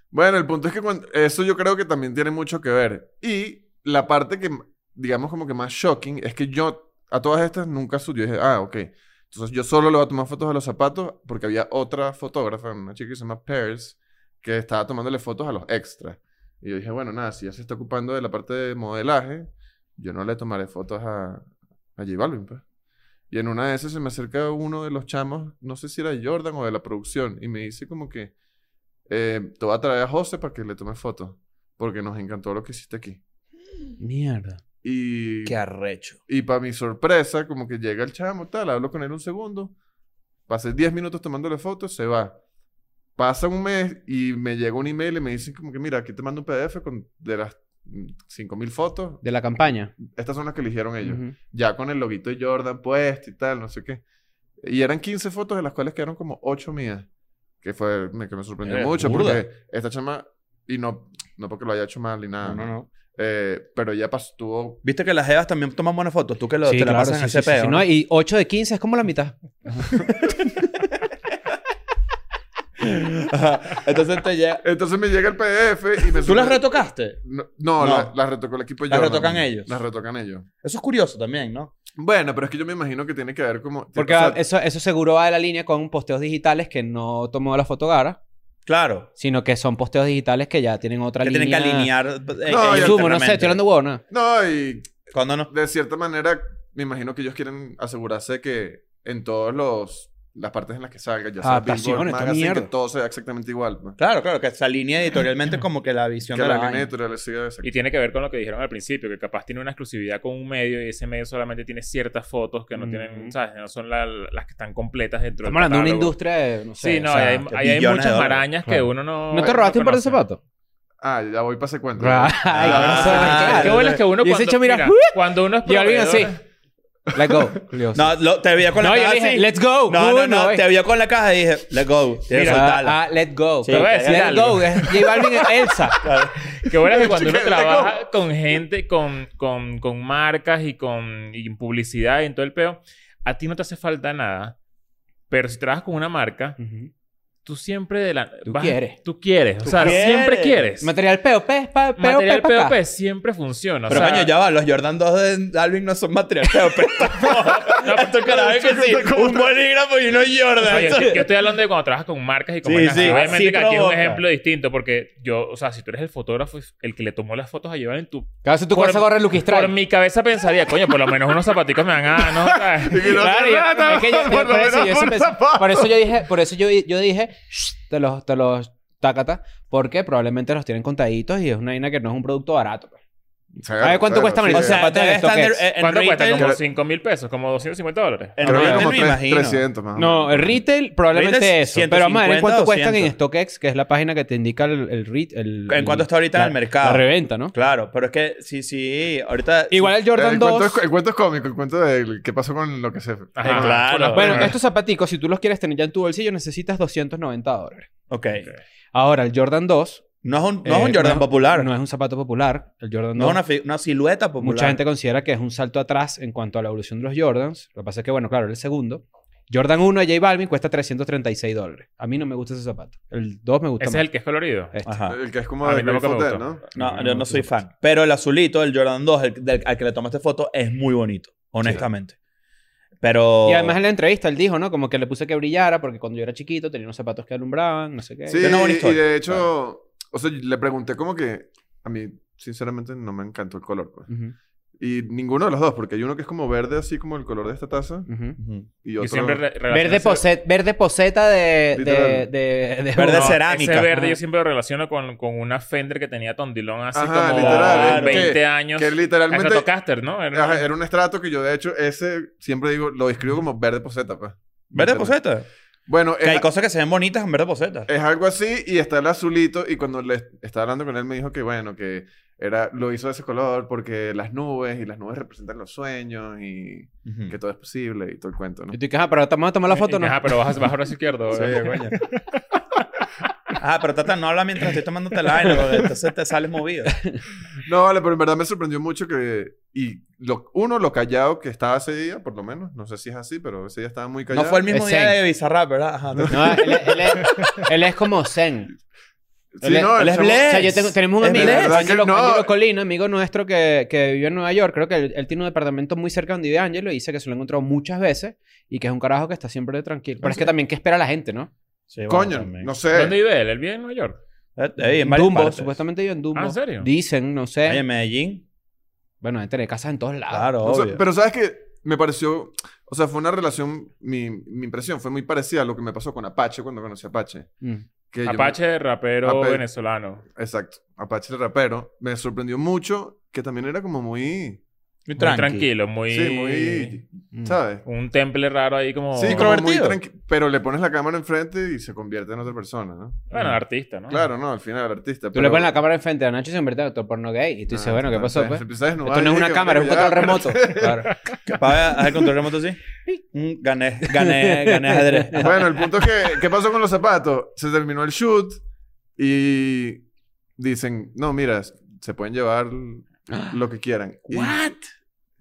D: Bueno, el punto es que cuando- eso yo creo que también tiene mucho que ver. Y la parte que, digamos, como que más shocking es que yo a todas estas nunca subí. Yo dije, ah, ok. Entonces yo solo le voy a tomar fotos de los zapatos porque había otra fotógrafa, una chica que se llama Pears, que estaba tomándole fotos a los extras. Y yo dije, bueno, nada, si ella se está ocupando de la parte de modelaje, yo no le tomaré fotos a, a J Balvin, pues. Y en una de esas se me acerca uno de los chamos, no sé si era Jordan o de la producción, y me dice como que, eh, te voy a traer a José para que le tome fotos, porque nos encantó lo que hiciste aquí.
B: Mierda.
D: Y,
A: Qué arrecho.
D: y para mi sorpresa, como que llega el chamo, tal, hablo con él un segundo, pasé 10 minutos tomándole fotos, se va. Pasa un mes y me llega un email y me dicen como que, mira, aquí te mando un PDF con, de las mm, 5.000 fotos.
B: De la campaña.
D: Estas son las que eligieron ellos.
B: Ujú.
D: Ya con el loguito de Jordan puesto y tal, no sé qué. Y eran 15 fotos de las cuales quedaron como 8 mías. Que fue, me, que me sorprendió
A: Eres
D: mucho
A: burda.
D: porque esta chama, y no, no porque lo haya hecho mal ni nada.
A: No, no, no.
D: Eh, pero ella pasó, tuvo...
A: Viste que las Evas también toman buenas fotos. Tú que lo,
B: Sí,
A: te la
B: claro,
A: pasas
B: sí,
A: en
B: sí,
A: ese
B: sí,
A: peo,
B: sí,
A: ¿no?
B: no, Y 8 de 15 es como la mitad.
A: [laughs] Ajá. Entonces te llega.
D: Entonces me llega el PDF y
A: [laughs]
D: me...
A: ¿Tú las
D: sorpre-
A: retocaste?
D: No, no,
A: No.
D: la- las retocó el equipo de
A: Las
D: Jordan.
A: retocan ellos.
D: Las retocan ellos.
A: Eso es curioso también, ¿no?
D: Bueno, pero es que yo me imagino que tiene que ver como...
B: Porque
D: o sea,
B: eso, eso seguro va de la línea con posteos digitales que no tomó la fotogara,
A: Claro.
B: sino que son posteos digitales que ya tienen otra
A: Que
B: línea.
A: tienen que alinear. eh,
D: No,
A: eh,
D: y
B: Sumo, no sé,
A: internamente.
B: estoy hablando huevo, ¿no?
D: No, y
A: ¿Cuándo no?
D: de cierta manera, me imagino que ellos quieren asegurarse que en todos los las partes en las que salga, ya sea
B: Adaptaciones,
D: Billboard,
B: toda
D: Magazine, que
B: mierda.
D: todo sea exactamente igual. ¿no?
A: Claro, claro, que se alinea editorialmente como que la visión
D: Que
A: de
D: la
A: la,
D: línea
A: vaina.
D: editorial siga esa.
C: Y tiene que ver con lo que dijeron al principio, que capaz tiene una exclusividad con un medio y ese medio solamente tiene ciertas fotos que no tienen,
B: Ujú.
C: ¿sabes? No son la- las que están completas dentro
B: Estamos hablando de una
C: catálogo.
B: industria de, no sé.
C: Sí, no,
B: o sea,
C: ahí hay,
A: que
C: ahí hay
A: billones de
C: muchas
A: dólares.
C: marañas que
B: Claro.
C: uno no.
B: ¿No te robaste un par de
C: conoce.
B: zapatos?
C: [laughs]
D: Ah, ya voy para ese cuento.
B: Ay,
A: Ah,
B: qué
C: qué bueno es que uno
B: Y ese
C: cuando,
B: hecho, mira,
C: cuando uno es
B: Y alguien así.
C: proveedor-
B: [laughs] Let's go. Yo,
A: No, lo- te vio con
B: No,
A: la
B: yo
A: caja.
B: le dije,
A: así.
B: let's go.
A: No, no,
B: Uno,
A: no.
B: eh.
A: Te vio con la caja y dije, let's go. Tienes que soltarla.
B: ah, ah, let's go.
A: Sí,
C: Te voy a decir
B: let's
C: algo.
B: go. Es J Balvin es
C: [laughs]
B: Elsa.
C: Qué bueno es [laughs] que cuando uno trabaja con gente, con, con, con marcas y con y en publicidad y en todo el peo, a ti no te hace falta nada. Pero si trabajas con una marca, tú siempre de la,
B: Tú quieres.
C: Tú quieres. O sea,
A: quieres.
C: siempre quieres.
B: Material POP, pa, POP,
C: Material
B: pa' acá.
C: POP siempre
B: ah,
C: funciona. o
A: Pero
C: sea,
A: coño, ya va, los Jordan 2 de Alvin no son material, [laughs] pero
C: no,
A: [laughs] esto cada vez que sí,
D: [laughs]
A: un bolígrafo y unos Jordan.
C: Oye, yo, yo estoy hablando de cuando trabajas con marcas y con
A: Sí,
C: marcas.
A: sí,
C: Obviamente
A: sí
C: que aquí es un
A: provoca.
C: ejemplo distinto porque yo, o sea, si tú eres el fotógrafo, el que le tomó las fotos a llevar en tu...
B: Claro, si tú
C: Por-
B: vas a correr Lucky
C: Por
B: Strike.
C: mi cabeza pensaría, coño, por lo menos unos zapaticos me van a... ¿no? O sea,
D: [laughs] Y que no
B: Claro,
D: se
B: yo-
D: rata,
B: es que yo-
D: por lo
B: por eso
D: menos
B: yo
D: por
B: siempre-
D: zapato.
B: por eso yo dije, por eso yo, yo dije, "Shh, te los, te los tacata, porque probablemente los tienen contaditos y es una vaina que no es un producto barato. pues. A ver, ¿cuánto cuesta, marico?
A: o sea,
B: zapatos de
A: debe estar en,
B: StockX.
A: en
C: ¿Cuánto cuesta?
A: retail-
C: Como 5 mil pesos, como 250 dólares.
A: en
D: Creo que
A: retail
D: como
A: me
D: tres-
A: imagino.
D: 300 más o
B: No, el retail probablemente
A: Retail es
B: eso. pero vamos a ver en
A: 150
B: cuánto
A: o
B: cuestan
A: 100.
B: en StockX, que es la página que te indica el, el rit- el-
A: En cuánto está ahorita
B: la-
A: en el mercado.
B: La reventa, ¿no?
A: Claro, pero es que sí, sí, ahorita...
B: Igual el
D: menos.
B: Jordan
D: el, cuento
B: 2.
D: es, el cuento es cómico, el cuento de qué pasó con lo que se...
A: Eh, claro.
B: Bueno,
A: Ajá.
B: estos zapaticos, si tú los quieres tener ya en tu bolsillo, necesitas 290 dólares.
A: Ok.
B: Ahora, el Jordan 2
A: No es un, no es
B: Eh,
A: un Jordan
B: no-
A: popular.
B: No es un zapato popular. El Jordan
A: No
B: 2.
A: es una, fi- una silueta popular.
B: Mucha gente considera que es un salto atrás en cuanto a la evolución de los Jordans. Lo que pasa es que, bueno, claro, era el segundo. Jordan 1 de J Balvin cuesta 336 dólares. A mí no me gusta ese zapato. El 2 me gusta
C: Ese es
B: más.
C: el que es colorido.
D: Eh,
B: Este.
A: Ajá.
D: El que es como
C: A
D: de
C: mí tampoco me
D: Grateful
C: gustó.
D: Dead, ¿no?
A: No, yo no soy fan. Pero el azulito, el Jordan 2, el- del- al que le tomaste foto, es muy bonito, honestamente. Pero.
B: Y
C: Oh.
B: además en la entrevista él dijo, ¿no? Como que le puse que brillara porque cuando yo era chiquito tenía unos zapatos que alumbraban, no sé qué.
D: Sí,
A: Tiene una buena
D: y
A: historia.
D: de hecho, o sea, le pregunté como que a mí, sinceramente, no me encantó el color. Pues.
B: Ujú,
D: Y ninguno de los dos, porque hay uno que es como verde, así como el color de esta taza.
B: ujú.
A: Ujú.
D: Y otro...
C: Y siempre re-
B: Verde,
C: relaciono ese-
B: poset- verde poseta de... de,
D: Literal.
B: de- de-
A: Verde
C: No,
A: cerámica.
C: Ese verde
B: Ajá.
C: yo siempre lo relaciono con, con una Fender que tenía Tondilón hace
D: Ajá,
C: como
D: literal,
A: es
C: 20
D: que-
C: años.
D: Que literalmente...
C: Stratocaster, ¿no? Era-
D: Ajá, eh, Era un estrato que yo, de hecho, ese siempre digo, lo describo como verde poseta, pues.
A: Verde
D: Literal.
A: poseta.
D: Bueno,
A: Que hay
D: es,
A: cosas que se ven bonitas en verde poseta.
D: es algo así y está el azulito y cuando le estaba hablando con él me dijo que, bueno, que era, lo hizo de ese color porque las nubes y las nubes representan los sueños y
A: Ujú.
D: que todo es posible y todo el cuento, ¿no?
B: Y tú dices, ah, pero vamos a tomar la foto, ¿no?
C: Eh, Ajá, pero bajas, bajas brazo izquierdo. eh,
A: Sí,
C: ¿verdad?
A: coño. Ajá, pero Tata, no habla mientras estoy tomándote el aire, porque entonces te sales movido.
D: No, vale, pero en verdad me sorprendió mucho que... Y lo, uno, lo callado que estaba ese día, por lo menos. No sé si es así, pero ese día estaba muy
A: No
D: callado.
A: fue el mismo
B: Es
A: día
B: zen.
A: de Bizarrap, ¿verdad? Ajá. Tata.
B: No, él, es- él es, él es como zen.
D: Sí, no,
A: él
D: el
A: es
D: chamo-
A: Blair.
B: O sea, yo tengo- tenemos un
A: Es
B: amigo,
A: verdad
D: que
B: Angelo,
D: no.
B: Angelo Colina, amigo nuestro que, que vivió en Nueva York. Creo que él, él tiene un departamento muy cerca donde vive Angelo y dice que se lo ha encontrado muchas veces y que es un carajo que está siempre tranquilo. Pero es que también, ¿qué espera la gente, no?
A: Sí, bueno,
D: Coño,
A: también.
D: no
C: ¿Dónde
D: sé.
C: vive él? ¿Él vive en Nueva York?
A: Eh, eh, en varias
B: Dumbo,
A: partes.
B: supuestamente vive en Dumbo.
C: Ah, ¿en serio?
B: Dicen, no sé.
A: Ahí en Medellín.
B: Bueno, gente de casa en todos lados.
A: Claro,
D: O sea,
A: obvio.
D: Ah, pero sabes que me pareció... O sea, fue una relación... Mi, mi impresión fue muy parecida a lo que me pasó con Apache cuando conocí a Apache.
B: Mm.
D: Que yo me-
C: Apache, rapero
D: Ape-
C: venezolano.
D: exacto. Apache el rapero. Me sorprendió mucho que también era como muy...
A: Muy
C: Muy
A: tranqui.
C: tranquilo, muy...
D: Sí, muy...
B: Mm.
D: ¿Sabes?
C: Un temple raro ahí como...
D: Sí, como muy
A: Introvertido.
D: tranquilo. Pero le pones la cámara enfrente y se convierte en otra persona, ¿no?
C: Bueno, artista, ¿no?
D: Mm. Claro, no, al final el artista. Ah,
B: Tú le pones la cámara enfrente a Nacho y se convierte en actor porno gay. Y tú
C: Ah,
B: dices, bueno, ¿qué pasó, pues? Esto no es una cámara, es un
C: [laughs]
B: control remoto. Claro.
A: Capaz haz el control remoto así. Mm, Gané, gané, gané ajedrez. Ajá.
D: [laughs] Bueno, el punto es que, ¿qué pasó con los zapatos? Se terminó el shoot y dicen, no, mira, se pueden llevar lo que quieran. Y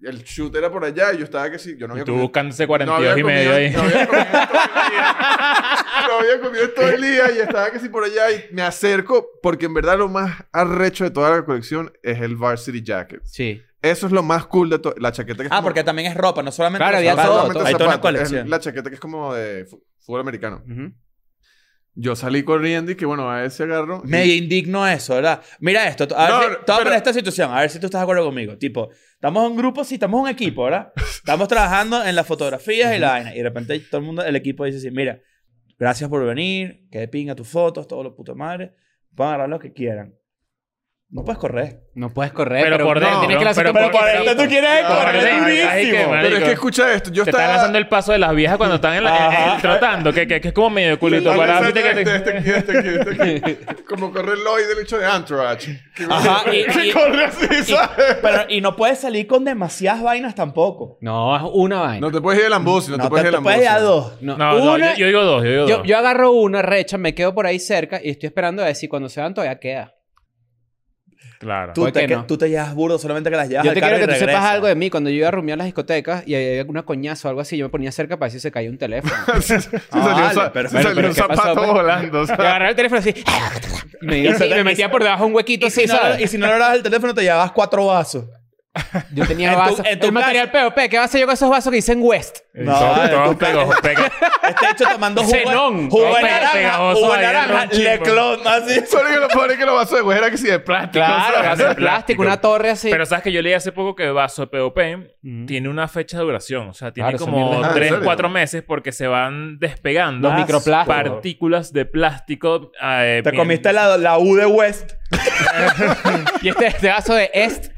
D: El shoot era por allá y yo estaba que sí, yo no
C: Y
D: había
C: tú
D: comido-
C: buscándose
D: no
C: 42
D: había
C: y medio
D: comido-
C: ahí.
D: No había comido todo el día. No había comido todo el día y estaba que sí por allá y me acerco porque en verdad lo más arrecho de toda la colección es el Varsity Jacket.
B: Sí.
D: Eso es lo más cool de todo. La chaqueta que es
A: Ah,
D: como-
A: porque también es ropa, no solamente
B: Claro,
A: los
B: había
A: zapatos.
B: todo,
D: solamente
B: todo.
A: Hay toda una
D: zapatos, es
A: colección.
D: La chaqueta que es como de fu- fútbol americano.
B: Ujú.
D: Yo salí corriendo y que bueno, a ese agarro. y-
A: Medio indigno eso, ¿verdad? Mira esto. A ver
D: No,
A: si- te
D: no,
A: voy a poner
D: pero-
A: esta situación, a ver si tú estás de acuerdo conmigo. Tipo, estamos en un grupo, sí, estamos en un equipo, ¿verdad? Estamos trabajando en las fotografías y la vaina. Y de repente todo el mundo, el equipo dice así, mira, gracias por venir, que de pinga tus fotos, todo lo puto madre. Pueden agarrar lo que quieran. No puedes correr.
B: No puedes correr,
C: Pero,
B: pero,
C: por
B: no,
C: dentro.
B: tienes que lanzar
C: pero
B: un
C: por
B: poquito.
C: dentro tú quieres
D: No, correr
C: durísimo.
D: Ah, Pero es que escucha esto.
C: [laughs]
D: Yo
C: Te
D: estaba.
C: están lanzando el paso de las viejas cuando están en la, en- en- tratando, que, que, que es como medio de culito.
D: Ah,
C: parado,
D: exacto,
C: ¿viste que te-
D: este, este aquí, este
C: [laughs]
D: aquí, este aquí. Como correr Lloyd del hecho de Anthrax. Que-
A: Ajá, y-
D: [laughs] que
A: y-
D: corre así, ¿sabes?
A: Pero, y no puedes salir con demasiadas vainas tampoco.
B: No, es una vaina.
D: No te puedes ir al ambucio, no,
A: No,
D: te puedes ir al
A: te puedes ir a
D: ambucio.
A: dos.
B: No,
C: No, no,
B: una-
C: yo, yo digo dos, yo digo
B: yo,
C: dos.
B: yo agarro una recha, me quedo por ahí cerca y estoy esperando a ver si cuando se van todavía queda.
C: Claro.
A: Tú
B: ¿Por
A: te,
B: qué
A: que-
B: no?
A: tú te llevas burdo, solamente que las llevas
B: Yo
A: al
B: te
A: carro
B: quiero que
A: y
B: tú sepas
A: regresas.
B: algo de mí. Cuando yo iba a rumiar a las discotecas y había alguna coñazo o algo así, yo me ponía cerca para ver si se caía un teléfono. [laughs]
D: [laughs] Se
A: Ah,
D: salió un
A: vale,
D: za-
A: pero-
D: se
A: bueno,
D: salió
B: pero
D: un
B: ¿qué pasó,
D: zapato
B: pues?
D: volando.
B: Yo
D: ¿sabes?
B: agarraba el teléfono así y me, iba así, y me metía por debajo un huequito así,
A: Y si no-
B: ¿sabes?
A: y si no logras el teléfono, te llevas cuatro vasos.
B: Yo tenía
A: en tu-
B: vasos.
A: en tu
B: el material POP. ¿Qué va a hacer yo con esos vasos que dicen West?
C: Eh,
A: No,
C: todos-
A: vale,
C: todos
A: tú pe-
C: pegos- pega-
A: Este hecho tomando jugo,
B: Zenón.
A: jugo
C: Todo
A: de
C: pe-
A: naranja,
C: pegajoso
A: jugo de
C: ahí,
A: naranja,
C: ronchín,
A: le
C: pues.
A: clon, así.
D: [laughs] Solo que lo pobre que lo vasos de güey era que sí de plástico.
B: [laughs] Claro,
C: [laughs]
D: ¿sabes?
B: vasos de plástico, una torre así.
C: Pero sabes que yo leí hace poco que Vaso POP
D: Mm.
B: Ujú.
C: tiene una fecha de duración. O sea, tiene
B: Claro, esa
C: como
B: mierda
D: es- Ah, ¿en
C: 3,
D: serio?
C: 4 meses porque se van despegando
B: Los
A: Ah,
B: microplásticos.
C: partículas de plástico. eh,
A: Te
C: bien-
A: comiste la, la U de West.
B: [laughs] Y este, este vaso de Est.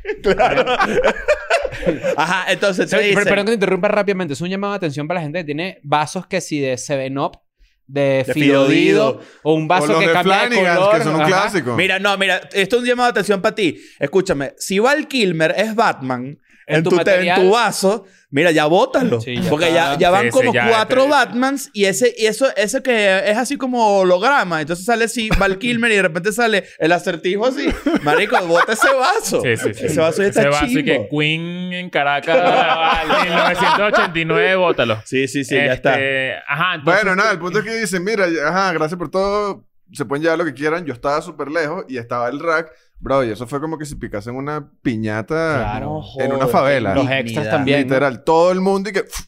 A: Ajá, entonces te
B: Pero-
A: dicen...
B: perdón que te interrumpa rápidamente. Es un llamado de atención para la gente que tiene vasos que si de 7-Up, de,
A: De
B: Fidodido,
A: Fidodido.
B: o un
D: O
B: vaso
D: los
B: que
D: de
B: cambia de
D: Flanagan,
B: color.
D: que son un
B: Ajá.
D: clásico.
A: Mira, no, mira, esto es un llamado de atención para ti. Escúchame, si Val Kilmer es Batman, en, tu, te- en
B: material.
A: tu vaso, mira, ya bótalo.
B: Sí, ya
A: porque
B: está.
A: ya, ya van
C: Sí, ese
A: como
C: ya,
A: cuatro
C: este-
A: Batmans y ese y eso ese que es así como holograma. Entonces sale así Val Kilmer y de repente sale el acertijo así. Marico, bota ese vaso.
C: Sí, sí, sí.
A: Ese vaso ya está
C: Ese vaso y que
A: chimbo.
C: Queen en Caracas, [laughs] vale, 1989, bótalo.
A: Sí, sí, sí, ya está.
C: Este, Ajá, entonces...
D: Bueno,
B: [laughs]
D: nada, el punto es que dicen, mira, ya- ajá, gracias por todo, se pueden llevar lo que quieran. Yo estaba súper lejos y estaba el rack. Bro, y eso fue como que si picasen una piñata
B: Claro,
D: en una
A: joder,
D: favela.
B: Los
A: Dignidad.
B: extras también. ¿no?
D: Literal, todo el mundo y que... pff.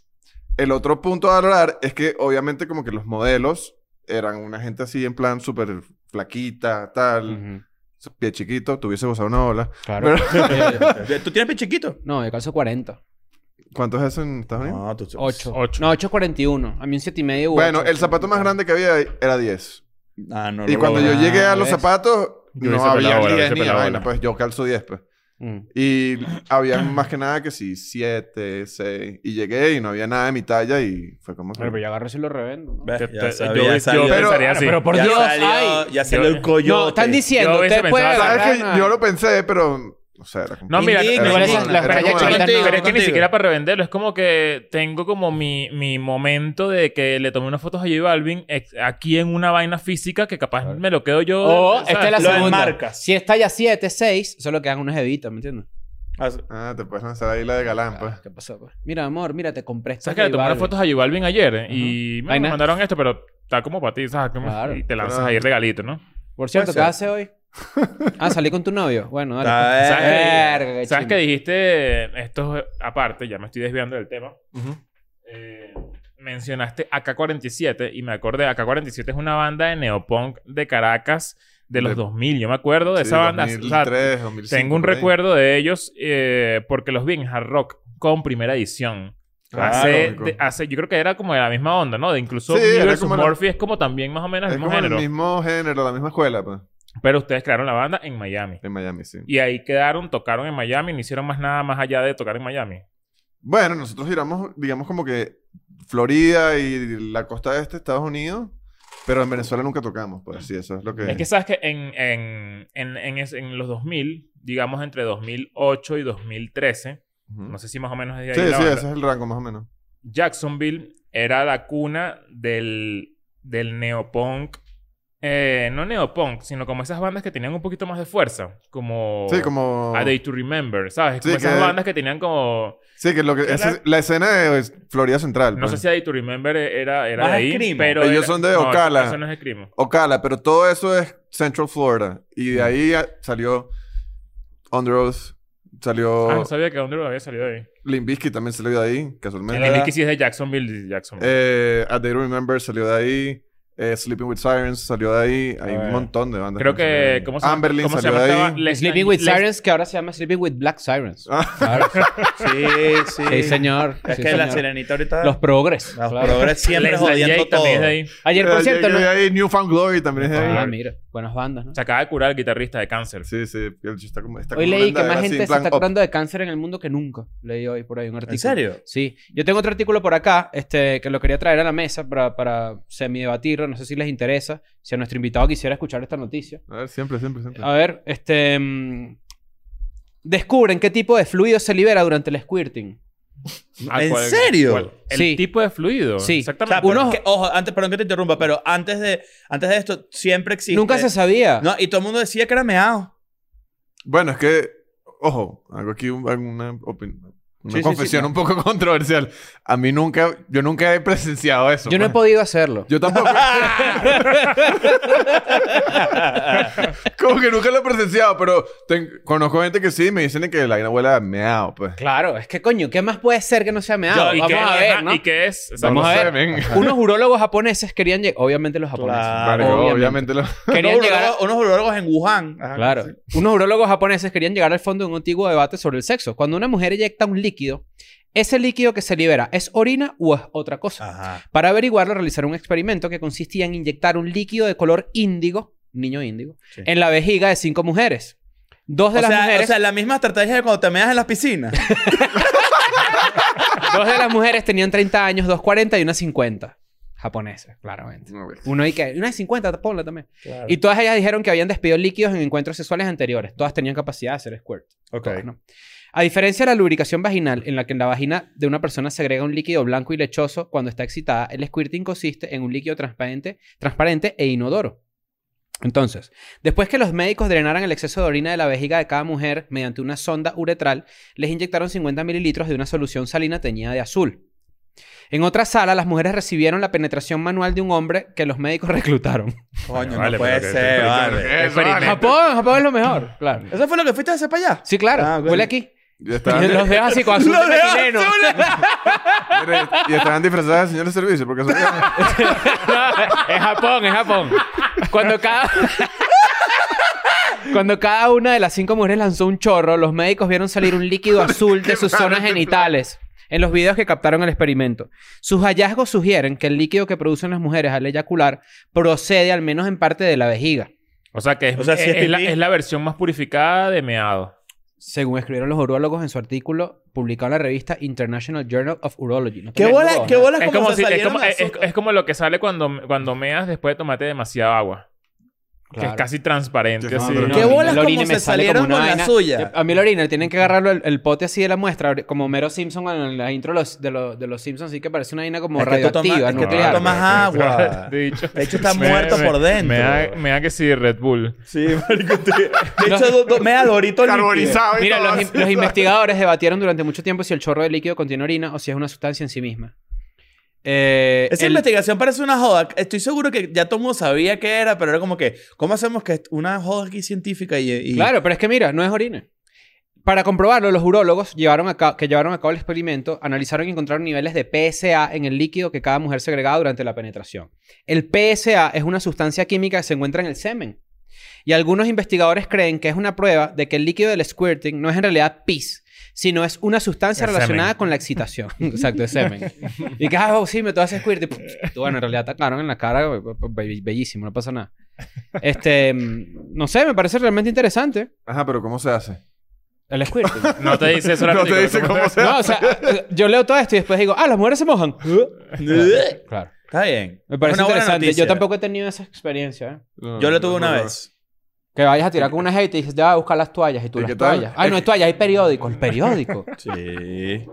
D: El otro punto a hablar es que obviamente como que los modelos eran una gente así en plan súper flaquita, tal,
B: Ujú.
D: pie chiquito, tuviese gozado una ola.
B: Claro.
A: ¿Tú tienes pie chiquito?
B: No, yo calzo 40.
D: ¿Cuántos es eso en
C: ¿Eh?
D: Estados Unidos?
A: No, tú
B: 8.
C: Ocho.
B: No, 8.41. A mí un 7,5 u
D: bueno,
B: ocho.
D: el zapato más grande que había era 10.
A: Ah, no,
D: y
A: lo
D: cuando
A: logro.
D: yo
B: ah,
D: llegué a los
B: ¿ves?
D: zapatos,
C: Yo
D: no
C: hice
D: había
C: pelado, yo
D: 10
C: hice
D: ni la
C: pelado.
D: vaina, pues yo calzo 10, pues.
B: Mm.
D: Y había más que nada que sí, 7, 6. Y llegué y no había nada de mi talla y fue como que...
B: Pero
C: pues
B: yo agarro si lo revendo. ¿no?
A: Ves,
C: Te-
A: ya
C: te-
A: sabía,
C: yo-
A: ya
C: yo
A: salió.
C: pensaría así.
B: Pero por
A: ya
B: Dios,
A: salió,
B: ay.
A: ya salió
C: Yo-
A: el coyote.
B: No, están diciendo,
C: Yo hubiese
B: ustedes pueden
C: pensado,
D: ¿Sabes
B: agarrar
D: que
B: una-
D: yo lo pensé, pero... O sea, era como...
C: No, mira,
A: Indigno.
D: era
B: Igual
D: como-
B: esas- las
D: era
B: tallas
D: como-
B: chiquitas
A: Contigo,
C: Pero es que ni
A: contigo.
C: siquiera para revenderlo, es como que tengo como mi, mi momento de que le tomé unas fotos a J Balvin ex- aquí en una vaina física que capaz me lo quedo yo.
B: O
C: ¿sabes?
B: esta Oh, es la
A: Lo
B: segunda.
A: enmarcas.
B: Si es talla 7, 6, solo quedan unos evitas, ¿me entiendes?
A: Ah,
D: Ah, te puedes lanzar ahí la de galán, pues.
B: Ah, ¿Qué pasó? pues? Mira, amor, mira, te compré esta.
C: ¿Sabes que le
B: J
C: tomé unas
B: Balvin.
C: fotos a J Balvin ayer? eh? Y bueno,
B: Ahí
C: me
B: nada.
C: mandaron esto, pero está como para ti, ¿sabes? Como-
B: Claro.
C: Y te lanzas
D: Pero-
C: ahí regalito, ¿no?
B: Por cierto,
D: Puede
B: ¿qué
D: ser.
B: hace hoy? [laughs] Ah, salí con tu novio. Bueno, dale.
A: A ver.
C: ¿Sabes
B: pues.
C: qué?
A: eh.
B: Verga, qué
C: ¿Sabes
B: chimbo.
C: que dijiste? Esto es aparte, ya me estoy desviando del tema. Eh, mencionaste AK-47 y me acordé, AK-47 es una banda de neopunk de Caracas de los
D: De-
C: 2000. Yo me acuerdo de
D: Sí,
C: esa banda. o sea,
D: 2003, 2005,
C: tengo un
D: por ahí.
C: recuerdo de ellos eh, porque los vi en Hard Rock con primera edición.
D: Claro,
C: hace,
D: marico.
C: de- ah, hace- yo creo que era como de la misma onda, ¿no? De incluso
D: Ah, Sí,
C: Me
D: era
C: vs.
D: como la-
C: Murphy es como también más o menos
D: Es
C: el mismo
D: como
C: género.
D: el mismo género, la misma escuela, pues.
C: Pero ustedes crearon la banda en Miami.
D: En Miami, sí.
C: Y ahí quedaron, tocaron en Miami, no hicieron más nada más allá de tocar en Miami.
D: Bueno, nosotros giramos, digamos, como que Florida y la costa este, Estados Unidos, pero en Venezuela nunca tocamos, pues sí, eso es lo que.
C: Es que sabes que en, en, en, en es- en los 2000, digamos entre 2008 y 2013,
D: Ujú.
C: no sé si más o menos es de ahí
D: sí,
C: la
D: sí,
C: banda,
D: ese es el rango más o menos.
C: Jacksonville era la cuna del, del neopunk. Eh, no neopunk, sino como esas bandas que tenían un poquito más de fuerza. Como,
D: Sí, como.
C: A Day to Remember, ¿sabes? Como
D: Sí,
C: esas
D: que-
C: bandas que tenían como...
D: Sí, que lo que.
C: Era-
D: esa es la escena de pues, Florida Central.
C: No sé
D: pues.
C: si A Day to Remember era, era
A: Más
C: de ahí,
A: escrimo.
C: pero...
D: Ellos
C: era-
D: son de
C: no, eso-
D: Ocala.
C: Eso no es escrimo.
D: Ocala, pero todo eso es Central Florida. Y de ahí a- salió Under Oath,
C: Ah,
D: salió
C: no
D: Limbisky
C: sabía que Andrew había salido de ahí.
D: también salió de ahí, casualmente.
C: El Nicky sí es de Jacksonville. de Jacksonville.
D: Eh, A Day to Remember salió de ahí. Eh, Sleeping with Sirens salió de ahí. Hay
C: ver.
D: un montón de bandas.
C: Creo
D: han salido de
C: que...
D: ahí.
C: ¿Cómo se,
D: Amberlin
C: cómo se
D: salió de
C: llamaba?
D: ahí.
C: Les-
B: Sleeping with
C: Les-
B: Sirens, que ahora se llama Sleeping with Black Sirens.
A: Sí, sí.
B: Sí, señor.
A: Es
B: sí,
A: que la
B: señor.
A: serenita ahorita.
B: Los progres.
A: los
B: claro. [laughs]
A: progres siempre
C: Les- Les-
A: jodiendo
C: Jay también es de
A: todo.
C: ahí.
B: Ayer,
D: Eh,
B: por
D: yo-
B: cierto,
D: yo
B: no...
D: de ahí Newfound Glory también es de
B: Ah,
D: ahí.
B: mira. Buenas bandas, ¿no?
C: Se acaba de curar el guitarrista de cáncer.
D: Sí, sí. el chico Está como, está
B: Hoy
D: como una
B: leí que más
D: andadera así,
B: gente
D: en
B: se
D: plan
B: está
D: up.
B: curando de cáncer en el mundo que nunca. Leí hoy por ahí un artículo.
A: ¿En serio?
B: Sí. Yo tengo otro artículo por acá este, que lo quería traer a la mesa para, para semi-debatirlo. No sé si les interesa. Si a nuestro invitado quisiera escuchar esta noticia.
D: A ver, siempre, siempre, siempre.
C: Ah.
B: A ver, este... mm, descubren qué tipo de fluido se libera durante el squirting.
C: Ah,
A: ¿En
C: ¿cuál-
A: serio?
C: cuál? El
B: Sí.
C: tipo de fluido.
B: Sí.
A: O sea,
C: Exactamente.
A: pero
B: Unos-
A: es que, ojo, antes, perdón que te interrumpa, pero antes de, antes de esto siempre existe.
B: Nunca se sabía.
A: eh, No, y todo el mundo decía que era meado.
D: Bueno, es que, ojo, hago aquí un- alguna opin- Una
A: Sí, sí,
D: confesión
A: sí.
D: un poco [laughs] controversial. A mí nunca, yo nunca he presenciado eso.
B: Yo no he
D: pues.
B: podido hacerlo.
D: Yo tampoco. Como que nunca lo he presenciado, pero ten- conozco gente que sí y me dicen que la vaina huele a meado, pues.
B: Claro, es que coño, ¿qué más puede ser que no sea
C: Yo-
B: meado?
C: ¿y
B: Vamos
C: qué-
B: a
C: ajá,
B: ver, ¿no?
C: ¿Y qué es? O sea,
B: Vamos
D: No
B: a
D: sé,
B: ver.
D: men.
B: Unos urólogos japoneses querían llegar... Obviamente los japoneses.
A: Claro.
D: Marico, obviamente. lo-
B: [laughs] Querían
A: unos,
B: llegar... a-
A: urólogos- unos urólogos en Wuhan. Ajá,
B: Claro.
A: sí.
B: Unos urólogos japoneses querían llegar al fondo de un antiguo debate sobre el sexo. Cuando una mujer eyecta un líquido, ese líquido que se libera es orina o es otra cosa.
A: Ajá.
B: Para averiguarlo, realizaron un experimento que consistía en inyectar un líquido de color índigo, niño índigo,
A: Sí.
B: en la vejiga de cinco mujeres. Dos de
A: O
B: las
A: sea,
B: mujeres,
A: o sea, la misma estrategia de cuando te meas en las piscinas.
B: [laughs] dos de las mujeres tenían 30 años, dos 40 y una 50. Japoneses, claramente.
D: No, güey.
B: Uno y que una de 50, ponla también. Y todas ellas dijeron que habían despedido líquidos en encuentros sexuales anteriores. Todas tenían capacidad de hacer squirt.
A: Ok.
B: Todas, ¿no? A diferencia de la lubricación vaginal, en la que en la vagina de una persona se agrega un líquido blanco y lechoso cuando está excitada, el squirting consiste en un líquido transparente, transparente e inodoro. Entonces, después que los médicos drenaran el exceso de orina de la vejiga de cada mujer mediante una sonda uretral, les inyectaron 50 mililitros de una solución salina teñida de azul. En otra sala, las mujeres recibieron la penetración manual de un hombre que los médicos [laughs] reclutaron.
A: Coño,
C: Vale,
A: no puede
C: pero que-
A: ser,
C: pero
A: vale.
D: ¿Qué es, vale?
B: Japón, Japón es lo mejor. Claro.
A: ¿Eso fue lo que fuiste a hacer para allá?
B: Sí, claro.
A: Ah, bueno.
B: Huele aquí.
D: Y
B: Y
D: estaban,
B: los dejas
A: [laughs]
B: así con [laughs] azul
A: ¡Los
B: de
A: de
B: chileno. [laughs]
A: azules!
D: mire, y estaban disfrazadas de señores de servicio porque
C: [laughs]
D: son...
B: es Japón, es Japón. Cuando cada... [laughs] Cuando cada una de las cinco mujeres lanzó un chorro, los médicos vieron salir un líquido azul de sus zonas genitales en los videos que captaron el experimento. Sus hallazgos sugieren que el líquido que producen las mujeres al eyacular procede al menos en parte de la vejiga,
C: O sea que es,
A: O sea, si
C: es-
A: es
C: es la,
A: pipí.
C: es la versión más purificada de meado.
B: según escribieron los urólogos en su artículo publicado en la revista International Journal of Urology. No
A: ¿Qué
B: tenía
A: bola,
B: duda,
A: qué
B: ¿no?
A: bola
C: Es como,
A: se
C: si- es,
A: salieron
C: como,
A: las
C: es- es- es como lo que sale cuando, cuando meas después de tomarte demasiada agua. Que
B: Claro.
C: es casi transparente.
D: Qué
C: así.
D: madre.
A: ¿Qué
B: No,
A: bolas
B: la orina
A: como
B: me
A: se
B: sale
A: salieron
B: como
A: con
B: una
A: la
B: vaina.
A: suya?
B: A mí la orina, tienen que agarrar el, el pote así de la muestra, como Mero Simpson en la intro de los, de los, de los Simpsons, así que parece una vaina como
A: Es que tú tomas-
B: radioactiva,
A: es que tú
B: nuclear.
A: tomas agua.
C: Te he [laughs] dicho.
A: De hecho, está
C: Me-
A: muerto
C: me-
A: por dentro.
C: Me da, me da que sí, Red Bull.
A: Sí, marico.
B: [laughs]
A: te- De hecho, do- do- me da dorito líquido.
D: Carbonizado y
B: Mira,
D: todo
B: los,
D: así.
B: in- los investigadores debatieron durante mucho tiempo si el chorro de líquido contiene orina o si es una sustancia en sí misma. Eh,
A: Esa
B: el-
A: investigación parece una joda. Estoy seguro que ya todo el mundo sabía que era, pero era como que, ¿cómo hacemos que est- una joda aquí científica y. y- [laughs]
B: Claro, pero es que mira, no es orina. Para comprobarlo, los urólogos llevaron a ca- que llevaron a cabo el experimento analizaron y encontraron niveles de PSA en el líquido que cada mujer segregaba durante la penetración. El PSA es una sustancia química que se encuentra en el semen. Y algunos investigadores creen que es una prueba de que el líquido del squirting no es en realidad pis, sino es una sustancia
C: Es
B: relacionada
C: semen.
B: con la excitación. [laughs] Exacto, es semen. y que, ah, oh, sí, me todo hace squirting. Bueno, en realidad atacaron en la cara, be- be- bellísimo, no pasa nada. Este, mm, no sé, me parece realmente interesante.
D: Ajá, pero ¿cómo se hace?
B: El squirting.
D: [laughs]
C: No te
A: [laughs]
C: dice eso la
D: No te
C: película,
D: dice
C: ¿cómo
D: cómo
C: te-
D: se hace.
B: No, o sea, eh, yo leo todo esto y después digo, ah, las mujeres se mojan. Claro.
A: Está bien.
B: Me parece
A: Una buena
B: interesante.
A: noticia.
B: Yo tampoco he tenido esa experiencia, ¿eh?
D: No,
A: Yo
D: no,
A: lo tuve
D: no,
A: una
D: no.
A: vez.
B: Que vayas a tirar con una gente y dices, ya voy a buscar las toallas y tú
D: ¿Y
B: las
D: qué tal?
B: toallas. Ay, no hay toallas, hay periódico. El periódico.
A: Sí.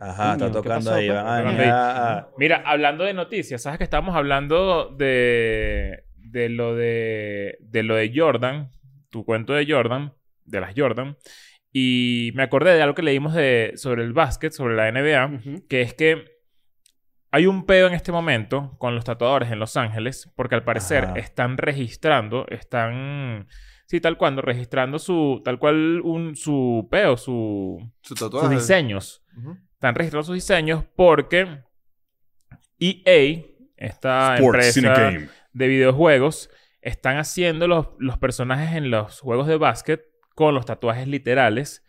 A: Ajá, está
B: Coño, ¿qué
A: tocando
B: pasó,
A: ahí.
B: pues?
A: Van a
C: Tocando
A: venir
C: ahí.
A: a- a-
C: Mira, hablando de noticias, ¿sabes que estábamos hablando de, de lo de, de lo de Jordan? Tu cuento de Jordan, de las Jordan. Y me acordé de algo que leímos de, sobre el básquet, sobre la NBA,
B: [laughs] Ujú.
C: que es que hay un pedo en este momento con los tatuadores en Los Ángeles, porque al parecer
A: Ajá.
C: están registrando, están, sí, tal cual, registrando su, tal cual, un, su peo, su,
D: Su
C: sus
D: tatuaje.
C: diseños
D: Ujú.
C: están registrando sus diseños porque EA,
D: Ah,
C: esta empresa de videojuegos, están haciendo los, los personajes en los juegos de básquet con los tatuajes literales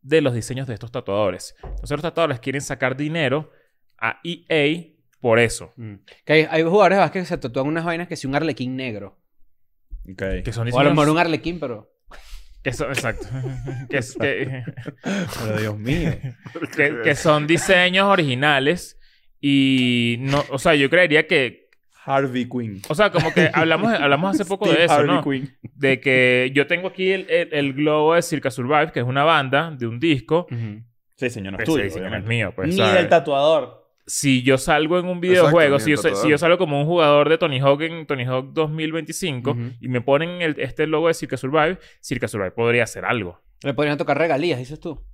C: de los diseños de estos tatuadores. Entonces los tatuadores quieren sacar dinero a EA por eso.
B: Mm. Que hay, hay jugadores de básquet que se tatúan unas vainas que si un arlequín negro.
A: Ok.
C: Que son
B: O a lo
C: diseños...
B: mejor un arlequín, pero...
C: que son- exacto. que, es- que-
A: Pero Dios mío.
C: [laughs] que- que son diseños originales y no... O sea, yo creería que...
A: Harvey Quinn.
C: O sea, como que hablamos, hablamos hace poco de
A: Steve
C: eso,
A: Harvey
C: ¿no?
A: Quinn.
C: de que yo tengo aquí el, el- el globo de Circa Survive, que es una banda de un disco.
A: Sí, señor, no es
C: Ese
A: tuyo,
C: diseño no es
A: obviamente.
C: mío, pues.
A: Ni
C: ¿sabes?
A: del tatuador.
C: si yo salgo en un videojuego,
D: Exacto,
C: si,
D: ni
C: yo,
D: el
C: sa-
D: tatuador.
C: si yo salgo como un jugador de Tony Hawk en Tony Hawk 2025
B: Ujú.
C: y me ponen el- este logo de Circa Survive, Circa Survive podría hacer algo.
B: Le podrían tocar regalías, dices tú.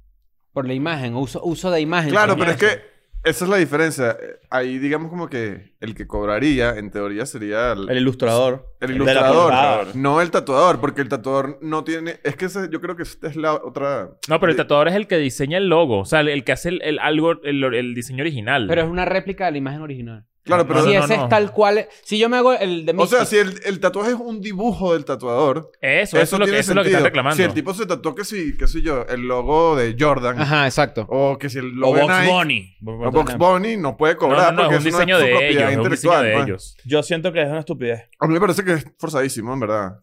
B: Por la imagen, uso, uso de imagen.
D: Claro,
B: Sí,
D: pero es
B: eso.
D: que esa es la diferencia. Eh, Ahí digamos como que el que cobraría, en teoría, sería el,
A: El ilustrador.
D: el
A: de la
D: ilustrador,
A: portada.
D: no el tatuador, porque el tatuador no tiene... Es que ese- yo creo que esta es la otra...
C: No, pero el
D: de-
C: tatuador es el que diseña el logo, o sea, el, el que hace el, el algo, el, el diseño original.
B: Pero es una réplica de la imagen original.
D: Claro, pero...
C: No,
B: si
C: no,
B: ese
C: no.
B: es tal cual... Si yo me hago el de
D: o sea,
B: Mystic,
D: si el, el tatuaje es un dibujo del tatuador,
C: eso,
D: eso,
C: eso, es lo que,
D: tiene
C: eso es lo que
D: sentido.
C: están reclamando.
D: Si el tipo se tatuó que sí, qué sé yo, el logo de Jordan,
B: Ajá, exacto.
D: o que si el
A: O
D: logo de
A: Box
D: Nike,
A: Bunny.
D: o Box Bunny, no puede
C: no,
D: cobrar
C: no, no,
D: porque
C: es un diseño
D: una,
C: de ellos, es un
D: propiedad
C: diseño
D: intelectual.
C: de
D: pues.
C: ellos.
A: Yo siento que es una estupidez.
D: A mí me parece que es forzadísimo, en verdad.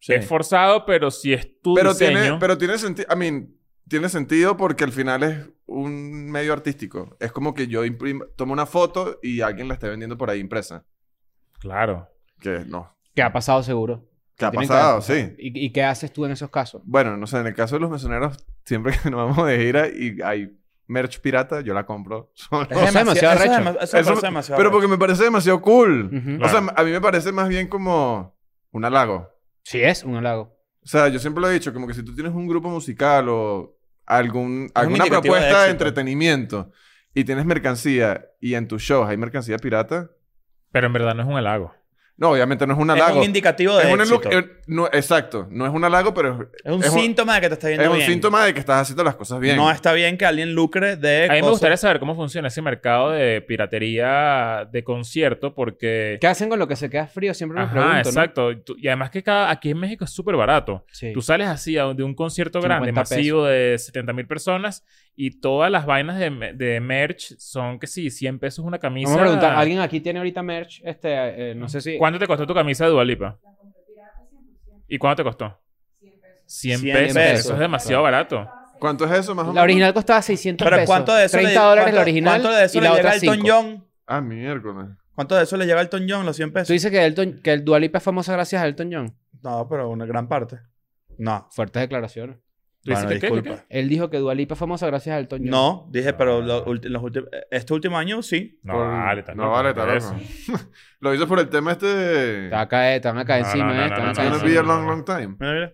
A: Sí.
C: Es forzado, pero si es tu
D: pero
C: diseño...
D: tiene pero tiene sentido I mean tiene sentido porque al final es un medio artístico es como que yo imprim- tomo una foto y alguien la esté vendiendo por ahí impresa
C: Claro.
D: que no
B: Que ha pasado seguro.
D: Que ha
B: tienen
D: pasado, sí.
B: hacer. ¿Y, y qué haces tú en esos casos?
D: Bueno, no sé, en el caso de los mesoneros, siempre que nos vamos de gira y hay merch pirata, yo la compro [laughs] solo.
B: Es demasiado
A: eso es
B: arrecho.
A: dema- eso me
D: Eso-
A: parece demasiado
D: Pero
A: arrecho.
D: porque me parece demasiado cool.
B: Ujú.
D: O sea,
C: Mm, Claro.
D: a mí me parece más bien como un halago.
B: Sí es un halago.
D: O sea, yo siempre lo he dicho, como que si tú tienes un grupo musical o algún, alguna
A: indicativo de
D: propuesta de,
A: éxito.
D: entretenimiento y tienes mercancía y en tus shows hay mercancía pirata,
C: Pero en verdad no es un halago.
D: no, obviamente no es un halago.
A: Es un indicativo de
D: Es un
A: éxito.
D: elu- eh, no, exacto, no es un halago, pero
A: es un
D: es un-
A: síntoma de que te está
D: es,
A: yendo
D: un
A: bien.
D: síntoma de que estás haciendo las cosas bien.
A: No está bien que alguien lucre de
C: A mí me
A: cosas-
C: gustaría saber cómo funciona ese mercado de piratería de concierto porque...
B: ¿Qué hacen con lo que se queda frío? Siempre me
C: Ajá,
B: pregunto, ¿no?
C: exacto. Y tú- Y además que cada, aquí en México es súper barato.
B: Sí.
C: Tú sales así a un- de un concierto
B: 50
C: grande, masivo, de 70 mil personas y todas las vainas de, me- de merch son que sí, 100 pesos una camisa.
B: Vamos a preguntar, ¿alguien aquí tiene ahorita merch? Este, eh, no sé si...
C: ¿Cuánto te costó tu camisa de Dualipa? ¿Y cuánto te costó? 100
A: 100
C: pesos.
A: pesos.
C: Eso es demasiado barato.
D: ¿Cuánto es eso más o
B: La
D: menos?
B: original costaba 600
A: Pero
B: pesos.
A: ¿cuánto de eso
B: 30
A: le,
B: dólares
A: cuánto-
B: la original
A: ¿Cuánto de eso
B: y
A: le
B: la
A: llega
B: otra
A: a Elton
B: 5.
A: John?
D: Ah, miércoles.
A: ¿Cuánto de eso le llega a Elton John, los 100 pesos?
B: Tú dices que, Elton, que el Dua Lipa es famosa gracias a Elton John.
A: No, pero una gran parte. No.
B: Fuertes declaraciones.
C: ¿Tú
A: Bueno,
C: dices que qué? ¿Qué,
A: disculpa.
C: qué?
B: Él dijo que Dua Lipa es famosa gracias a Elton John.
A: No, dije, pero lo ulti- los últimos- este último año sí.
C: No
D: Por-
C: vale, está
D: no
C: loco,
D: vale,
C: ¿qué
D: está
C: es
D: loco. [laughs]
C: eso?
D: Lo hizo por el tema este de...
B: Te van a caer, te van a caer
C: No,
B: encima,
C: no, no,
B: eh, te van a
C: no,
B: caer
D: It's
C: no,
D: gonna
B: encima.
D: be a long, long time.
A: Mira, mira.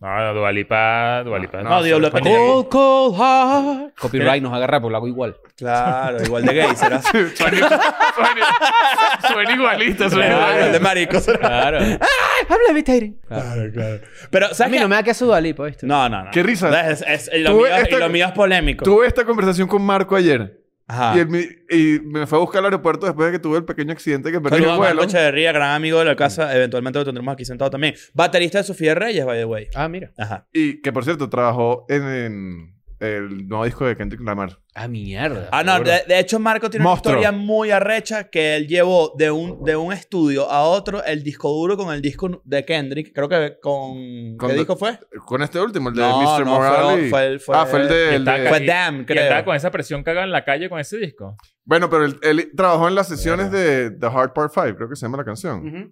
C: No, no, Dualipa, Dualipa.
D: No,
A: No, Dios, lo
C: Coño,
A: pequeño.
B: Cold, cold heart. Copyright nos agarra por la hago igual. [laughs]
A: Claro, igual de gay será.
C: [laughs] Suena, suena igualita, suena
A: Claro,
C: igualita.
A: el de marico será.
B: Claro. Habla imitating.
A: Claro, claro. Pero,
B: A
A: ¿sabes
B: mí
A: qué?
B: no me da que hacer Dua Lipa, ¿viste?
A: No, no, no.
D: Qué risa.
A: Es- es- y lo,
D: Tuve
A: mío,
D: esta-
A: y lo mío es polémico.
D: Tuve esta conversación con Marco ayer.
A: Ajá.
D: Y, él me, y me fue a buscar al aeropuerto después de que tuve el pequeño accidente que perdí
A: Saludos
D: el
A: a
D: vuelo.
A: Marco Echeverría, gran amigo de la casa. Eventualmente lo tendremos aquí sentado también. Baterista de Sofía Reyes, by the way.
B: Ah, mira.
A: Ajá.
D: Y que, por cierto, trabajó en, en el nuevo disco de Kendrick Lamar.
B: Ah, mierda.
A: Ah, no, de, de hecho Marco tiene
D: Monstruo.
A: una historia muy arrecha que él llevó de un, de un estudio a otro el disco duro con el disco de Kendrick. Creo que con...
D: Con
A: ¿Qué
D: The-
A: disco fue?
D: Con este último, el de
A: No,
D: Mr.
A: no,
D: Morale.
A: fue- fue el- fue-
D: ah, fue el de... el
C: Está
D: de-
C: acá.
A: Fue
C: y-
A: Damn,
C: Y andaba
A: creo.
C: con esa presión cagada en la calle con ese disco.
D: Bueno, pero él, él trabajó en las sesiones de The Hard Part 5, creo que se llama la canción.
B: Ujú.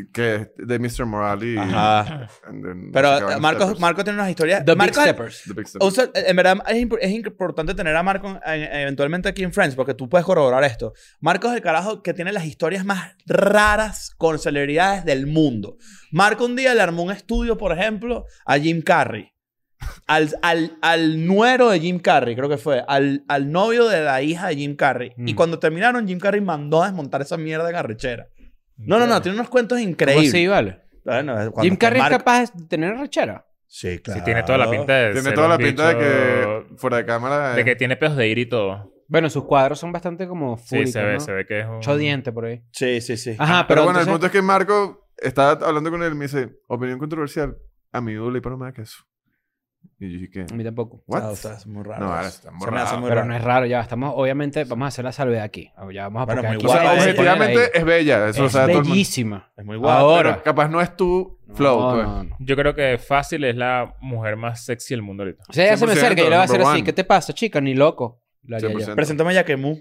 D: Y Que es de Mr. Morale. y-
A: Ajá.
D: and then-
A: Pero
D: se
A: eh,
D: acaban
A: Marco,
D: los
A: Marco tiene unas historias...
B: The Big
A: Marco-
B: Steppers.
D: The Big Step.
A: O sea, en verdad es, imp- es importante tener a Marco en- eventualmente aquí en Friends porque tú puedes corroborar esto. Marco es el carajo que tiene las historias más raras con celebridades del mundo. Marco un día le armó un estudio, por ejemplo, a Jim Carrey. Al, al, al nuero de Jim Carrey, creo que fue. Al, al novio de la hija de Jim Carrey. Y
B: Mm.
A: cuando terminaron, Jim Carrey mandó a desmontar esa mierda de carrechera. No, no, no. Tiene unos cuentos
B: ¿Cómo
A: increíbles.
B: así, vale?
A: Bueno, cuando
B: Jim Carrey
A: Marco-
B: es capaz de tener rechera.
A: Sí, claro.
C: Sí, tiene toda la pinta de
D: Tiene
C: ser
D: toda
C: un
D: la pinta de
C: bicho-
D: que fuera de cámara... eh.
C: De que tiene pedos de ir y todo.
B: Bueno, sus cuadros son bastante como
C: Sí,
B: fúricos,
C: se ve,
B: ¿no?
C: se ve que es un...
B: Ocho dientes por ahí.
A: Sí, sí, sí.
D: Pero,
B: Ajá, pero,
D: bueno, el
B: entonces-
D: punto es que Marco estaba hablando con él y me dice, opinión controversial, a mi duda y para no me da queso. Y yo dije que,
B: A mí tampoco.
D: ¿what?
A: Ah, o sea, es muy raro.
D: No, ahora
A: eso.
D: está muy
A: Se me hace
D: raro.
A: muy
B: Pero no es raro, ya. Estamos, obviamente, vamos a hacer la salvedad aquí. Ah, Ya vamos a
A: Bueno, muy ¿eh?
B: porque aquí
D: o
A: guay.
B: se
D: sea,
B: va a poner ahí.
D: objetivamente es bella. Eso lo
B: es
D: sabe todo el mundo.
B: bellísima.
A: Es muy guapo.
B: Ahora.
D: Pero capaz no es tu flow.
B: No,
D: pues.
B: no, no.
C: Yo creo que Fácil es la mujer más sexy del mundo ahorita.
B: O sea, ella se me
D: 100%
B: acerca y le va a hacer
D: number
B: así.
D: one.
B: ¿Qué te pasa, chica? Ni loco. Lo haría
D: 100%.
B: yo.
A: Preséntame a Yakemu.